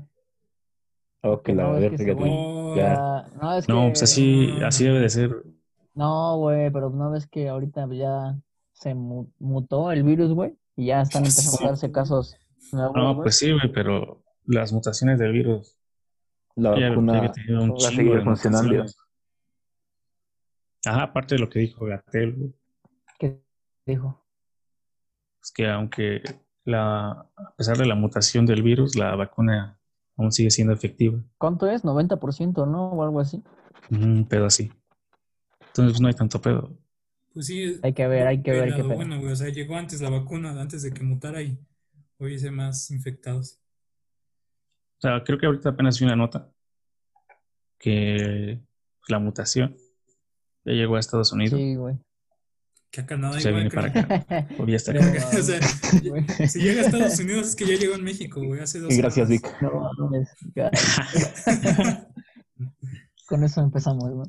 [SPEAKER 2] Oh, que la
[SPEAKER 1] No, es que
[SPEAKER 2] verga,
[SPEAKER 1] se
[SPEAKER 2] que-
[SPEAKER 1] voy.
[SPEAKER 3] no,
[SPEAKER 2] Ya.
[SPEAKER 1] Ah, No, es
[SPEAKER 4] No,
[SPEAKER 1] que...
[SPEAKER 4] pues así,
[SPEAKER 3] Mm.
[SPEAKER 4] así debe de ser.
[SPEAKER 1] No, güey, pero no ves que ahorita ya se mu- mutó el virus, güey, y ya están empezando
[SPEAKER 4] Sí.
[SPEAKER 1] a darse casos nuevos,
[SPEAKER 4] No,
[SPEAKER 1] güey.
[SPEAKER 4] pues sí, güey, pero las mutaciones del virus
[SPEAKER 2] la
[SPEAKER 4] ya
[SPEAKER 2] vacuna
[SPEAKER 4] debe tener un
[SPEAKER 2] va a
[SPEAKER 4] chingo
[SPEAKER 2] seguir
[SPEAKER 4] de
[SPEAKER 2] funcionando.
[SPEAKER 4] mutaciones. Ajá, aparte de lo que dijo Gatel,
[SPEAKER 1] ¿Qué dijo?
[SPEAKER 4] es pues que aunque la, a pesar de la mutación del virus, la vacuna aún sigue siendo efectiva.
[SPEAKER 1] ¿Cuánto es? 90%, ¿no? O algo así.
[SPEAKER 4] Un pedo así. Entonces pues, no hay tanto pedo.
[SPEAKER 3] pues sí,
[SPEAKER 1] Hay que ver, hay que ver
[SPEAKER 3] pelado,
[SPEAKER 1] qué pedo.
[SPEAKER 3] bueno, güey, o sea, llegó antes la vacuna, antes de que mutara y hoy hice más infectados.
[SPEAKER 4] O sea, creo que ahorita apenas vi una nota que pues, la mutación ya llegó a Estados Unidos.
[SPEAKER 1] Sí,
[SPEAKER 4] [laughs]
[SPEAKER 1] güey. [laughs]
[SPEAKER 3] Que acá nada
[SPEAKER 4] Se
[SPEAKER 3] igual,
[SPEAKER 4] viene para
[SPEAKER 3] creo. [laughs]
[SPEAKER 4] acá. O ya está
[SPEAKER 1] No,
[SPEAKER 4] acá.
[SPEAKER 3] O sea,
[SPEAKER 1] güey.
[SPEAKER 3] Si llega a Estados Unidos es que ya llegó en México, güey, hace dos
[SPEAKER 2] Y gracias,
[SPEAKER 3] semanas.
[SPEAKER 2] Vic.
[SPEAKER 1] No, mames, ya, [laughs] con eso empezamos, ¿no?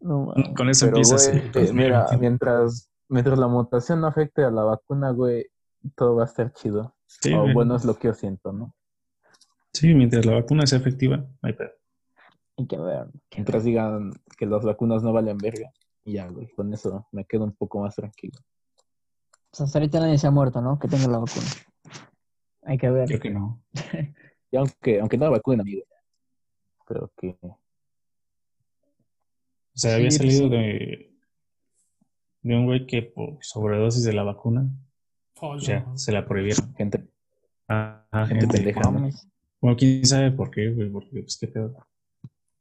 [SPEAKER 1] No, mames.
[SPEAKER 4] Con eso
[SPEAKER 2] Pero,
[SPEAKER 4] empieza
[SPEAKER 2] güey,
[SPEAKER 4] [laughs] así.
[SPEAKER 2] eh, mira, mientras, mientras la mutación no afecte a la vacuna, güey, todo va a estar chido.
[SPEAKER 4] Sí,
[SPEAKER 2] o
[SPEAKER 4] güey.
[SPEAKER 2] bueno, es lo que yo siento, ¿no?
[SPEAKER 4] Sí, mientras la vacuna sea efectiva, no hay pedo.
[SPEAKER 1] Hay que ver.
[SPEAKER 2] Mientras digan que las vacunas no valen verga. Y ya, güey, con eso me quedo un poco más tranquilo.
[SPEAKER 1] O sea, hasta ahorita nadie se ha muerto, ¿no? Que tenga la vacuna. Hay que ver.
[SPEAKER 4] Creo que no.
[SPEAKER 2] Y aunque, aunque no la vacunen, amigo, creo que
[SPEAKER 4] O sea,
[SPEAKER 1] Sí,
[SPEAKER 4] había
[SPEAKER 1] pues,
[SPEAKER 4] salido
[SPEAKER 1] sí.
[SPEAKER 4] de, de un güey que por sobredosis de la vacuna
[SPEAKER 3] Oh, no.
[SPEAKER 4] pues, ya se la prohibieron.
[SPEAKER 2] gente,
[SPEAKER 4] Ah, ah,
[SPEAKER 2] gente
[SPEAKER 4] gente.
[SPEAKER 2] pendeja. ¿no?
[SPEAKER 1] Mames.
[SPEAKER 4] Bueno, quién sabe por qué, güey, porque pues qué pedo.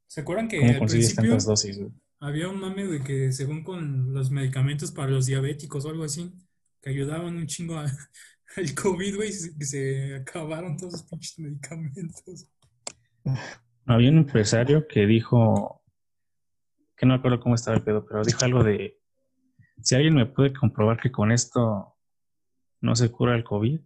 [SPEAKER 3] ¿Se acuerdan que
[SPEAKER 4] ¿Cómo
[SPEAKER 3] Eh, al
[SPEAKER 4] consigues
[SPEAKER 3] principio
[SPEAKER 4] tantas dosis, güey?
[SPEAKER 3] había un mame de que según con los medicamentos para los diabéticos o algo así, que ayudaban un chingo a- [laughs] al COVID, güey, se- que se acabaron todos los pinches medicamentos.
[SPEAKER 4] Había un empresario que dijo, que no me acuerdo cómo estaba el pedo, pero dijo algo de, si alguien me puede comprobar que con esto no se cura el COVID,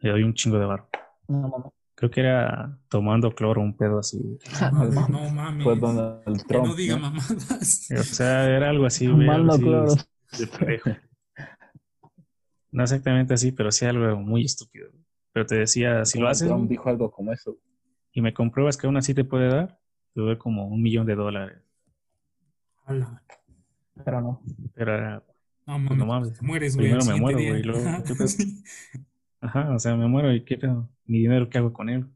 [SPEAKER 4] le doy un chingo de barro.
[SPEAKER 1] No, mames.
[SPEAKER 4] Creo que era tomando cloro, un pedo así.
[SPEAKER 1] Ah,
[SPEAKER 3] No,
[SPEAKER 1] no mames.
[SPEAKER 3] no mames.
[SPEAKER 2] Fue Donald
[SPEAKER 3] Que
[SPEAKER 2] pues, Trump.
[SPEAKER 3] no diga
[SPEAKER 2] ¿no?
[SPEAKER 4] [laughs]
[SPEAKER 3] mamadas. [laughs]
[SPEAKER 4] O sea, era algo así, güey, algo
[SPEAKER 1] Tomando
[SPEAKER 4] así,
[SPEAKER 1] cloro.
[SPEAKER 4] de pendejo. No exactamente así, pero sí algo muy estúpido. Pero te decía, si lo
[SPEAKER 2] Donald
[SPEAKER 4] haces
[SPEAKER 2] Trump dijo algo como eso.
[SPEAKER 4] y me compruebas que aún así te puede dar, te doy como un millón de dólares.
[SPEAKER 3] Ala,
[SPEAKER 1] Pero no.
[SPEAKER 4] Pero era
[SPEAKER 3] No mames,
[SPEAKER 4] No mames.
[SPEAKER 3] te mueres, güey,
[SPEAKER 4] Primero
[SPEAKER 3] al
[SPEAKER 4] me
[SPEAKER 3] siguiente
[SPEAKER 4] muero,
[SPEAKER 3] día.
[SPEAKER 4] güey,
[SPEAKER 3] [laughs]
[SPEAKER 4] luego,
[SPEAKER 3] Ajá,
[SPEAKER 4] ¿qué pedo?
[SPEAKER 3] sí.
[SPEAKER 4] Ajá, o sea, me muero y qué pedo. Mi dinero, ¿qué hago con él?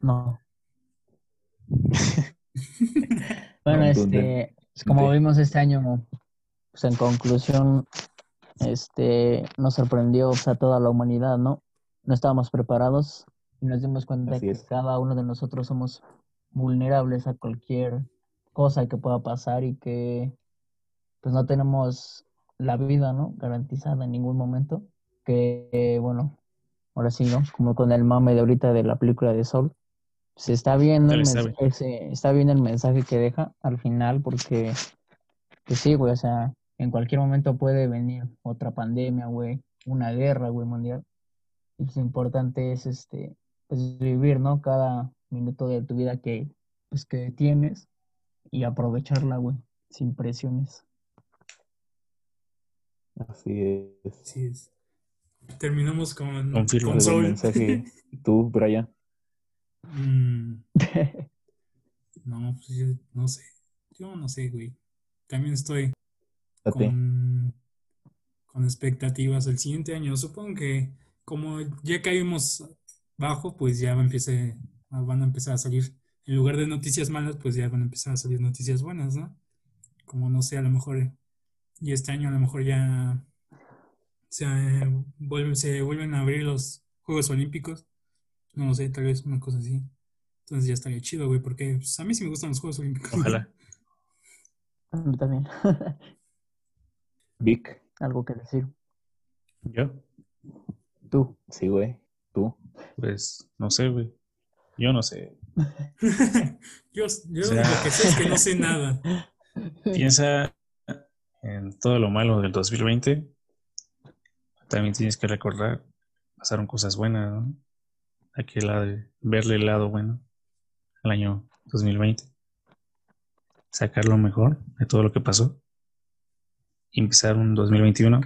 [SPEAKER 1] No. Bueno,
[SPEAKER 2] Contundente.
[SPEAKER 1] este, pues, como vimos este año, pues en conclusión, este, nos sorprendió pues, a toda la humanidad, ¿no? No estábamos preparados y nos dimos cuenta
[SPEAKER 2] Así
[SPEAKER 1] que
[SPEAKER 2] es.
[SPEAKER 1] cada uno de nosotros somos vulnerables a cualquier cosa que pueda pasar y que pues no tenemos la vida, ¿no? Garantizada en ningún momento. Que, eh, bueno, ahora sí, ¿no? Como con el mame de ahorita de la película de Sol. Se está viendo el
[SPEAKER 4] Dale, está
[SPEAKER 1] mensaje, se- está bien el mensaje que deja al final porque, pues sí, güey, o sea, en cualquier momento puede venir otra pandemia, güey, una guerra, güey, mundial. Y pues lo importante es, este, pues vivir, ¿no? Cada minuto de tu vida que, pues, que tienes y aprovecharla, güey. sin presiones.
[SPEAKER 2] Así es.
[SPEAKER 3] Así es. Terminamos con,
[SPEAKER 4] Confirmo.
[SPEAKER 2] Algún
[SPEAKER 3] con Soul. [laughs]
[SPEAKER 2] mensaje. Tú, Brian.
[SPEAKER 3] Mm, no, pues yo no sé. Yo no sé, güey. También estoy
[SPEAKER 2] A ti.
[SPEAKER 3] con, con expectativas el siguiente año. Supongo que como ya caímos bajo, pues ya va a empezar- van a empezar a salir. En lugar de noticias malas, pues ya van a empezar a salir noticias buenas, ¿no? Como no sé, a lo mejor. Y este año a lo mejor ya se, eh, vuelven, se vuelven a abrir los Juegos Olímpicos. No lo sé, tal vez una cosa así. Entonces ya estaría chido, güey, porque pues, a mí sí me gustan los Juegos Olímpicos.
[SPEAKER 4] Ojalá.
[SPEAKER 1] A mí también.
[SPEAKER 2] Vic.
[SPEAKER 1] Algo que decir.
[SPEAKER 4] Yo,
[SPEAKER 1] Tú.
[SPEAKER 2] Sí, güey. Tú.
[SPEAKER 4] pues, no sé, güey. Yo no sé.
[SPEAKER 3] [laughs] yo yo
[SPEAKER 4] O sea-
[SPEAKER 3] lo que sé es que no sé nada.
[SPEAKER 4] Piensa en todo lo malo del 2020. También tienes que recordar, pasaron cosas buenas, ¿no? Hay que la- verle el lado bueno al año 2020. Sacar lo mejor de todo lo que pasó. Y empezar un 2021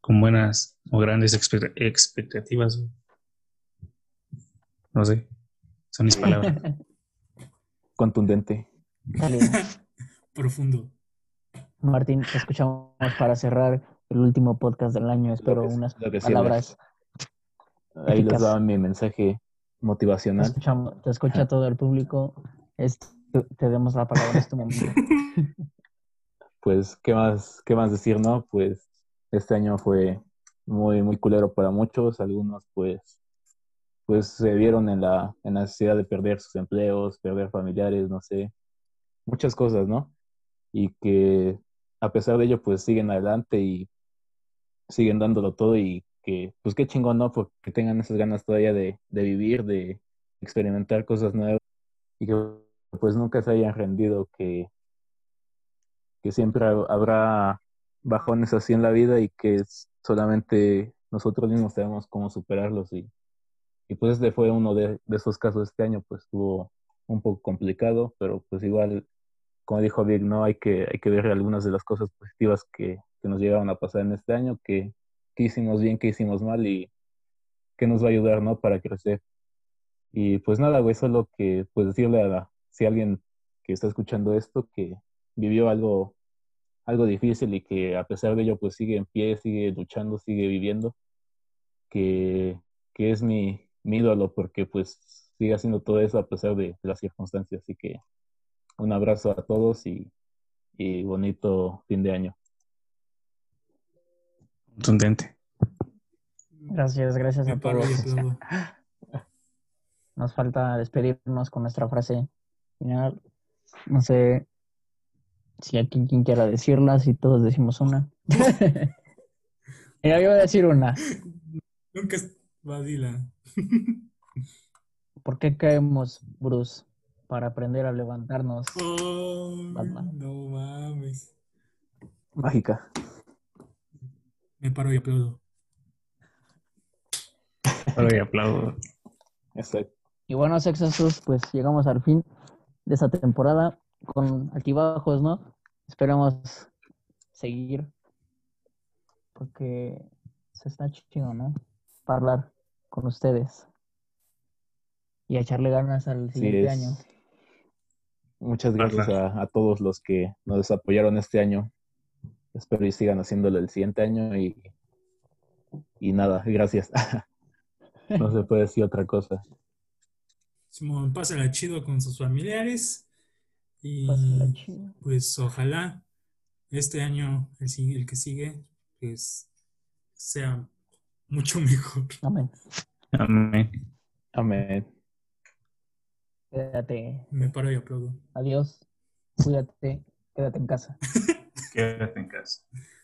[SPEAKER 4] con buenas o grandes expect- expectativas. güey. No sé, son mis palabras.
[SPEAKER 2] Contundente. [laughs]
[SPEAKER 1] Dale,
[SPEAKER 3] Profundo.
[SPEAKER 1] Martín, te escuchamos para cerrar el último podcast del año. Espero
[SPEAKER 2] Lo que-
[SPEAKER 1] unas
[SPEAKER 2] lo que sirve.
[SPEAKER 1] palabras.
[SPEAKER 2] Ahí les
[SPEAKER 1] eficaz.
[SPEAKER 2] daba mi mensaje
[SPEAKER 1] Te,
[SPEAKER 2] motivacional.
[SPEAKER 1] escuchamos, te escucha todo el público. Es- te demos la palabra en este
[SPEAKER 2] [laughs]
[SPEAKER 1] momento.
[SPEAKER 2] pues, ¿qué más, qué más decir, no? Pues, este año fue muy, muy culero para muchos. Algunos, pues, pues se vieron en la, en la necesidad de perder sus empleos, perder familiares, no sé. Muchas cosas, ¿no? Y que, a pesar de ello, pues, siguen adelante y siguen dándolo todo y que, pues, qué chingón, ¿no? Porque tengan esas ganas todavía de, de vivir, de experimentar cosas nuevas y que, pues, nunca se hayan rendido, que que siempre hab- habrá bajones así en la vida y que es- solamente nosotros mismos sabemos cómo superarlos. Y, y pues este fue uno de, de esos casos este año, pues estuvo un poco complicado, pero pues igual, como dijo Vic, ¿no? Hay que, hay que ver algunas de las cosas positivas que, que nos llegaron a pasar en este año, que, que hicimos bien, que hicimos mal y que nos va a ayudar, ¿no? Para crecer. Y pues nada, güey, solo que pues decirle a la- si alguien que está escuchando esto, que, vivió algo, algo difícil y que a pesar de ello pues sigue en pie, sigue luchando, sigue viviendo, que, que es mi, mi ídolo porque pues sigue haciendo todo eso a pesar de, de las circunstancias. Así que un abrazo a todos y, y bonito fin de año.
[SPEAKER 4] Contundente.
[SPEAKER 1] Gracias, gracias
[SPEAKER 3] Me
[SPEAKER 1] a
[SPEAKER 3] paro
[SPEAKER 1] todos. [laughs]
[SPEAKER 3] y aplaudo.
[SPEAKER 1] Nos falta despedirnos con nuestra frase final. No sé si alguien quien quiera decirla, si todos decimos
[SPEAKER 2] [laughs]
[SPEAKER 1] una. [laughs] Mira, yo voy a decir una.
[SPEAKER 3] Nunca es- va, dila.
[SPEAKER 1] ¿Por qué caemos, Bruce? Para aprender a levantarnos.
[SPEAKER 3] Ay,
[SPEAKER 1] Batman.
[SPEAKER 3] no mames.
[SPEAKER 2] Mágica.
[SPEAKER 3] Me paro y aplaudo.
[SPEAKER 4] Ahora y aplaudo.
[SPEAKER 2] Exacto.
[SPEAKER 1] Y bueno, sexosos, pues llegamos al fin de esta temporada con altibajos, ¿no? Esperamos seguir porque se está chido, ¿no? Hablar con ustedes y a echarle ganas al
[SPEAKER 2] Así
[SPEAKER 1] siguiente
[SPEAKER 2] es.
[SPEAKER 1] año.
[SPEAKER 2] Muchas gracias a, a todos los que nos apoyaron este año. Espero y sigan haciéndolo el siguiente año y, y nada, gracias. [laughs] no se puede decir otra cosa.
[SPEAKER 3] Simón, pásala chido con sus familiares. Y
[SPEAKER 2] Mm.
[SPEAKER 1] Pásenla chido.
[SPEAKER 3] pues ojalá este año, el, si- el que sigue, pues sea mucho [laughs] mejor.
[SPEAKER 1] Amén.
[SPEAKER 4] Amén.
[SPEAKER 2] Amén.
[SPEAKER 1] Quédate.
[SPEAKER 3] Me paro y aplaudo.
[SPEAKER 1] Adiós. Cuídate. Quédate en casa.
[SPEAKER 4] Quédate en casa.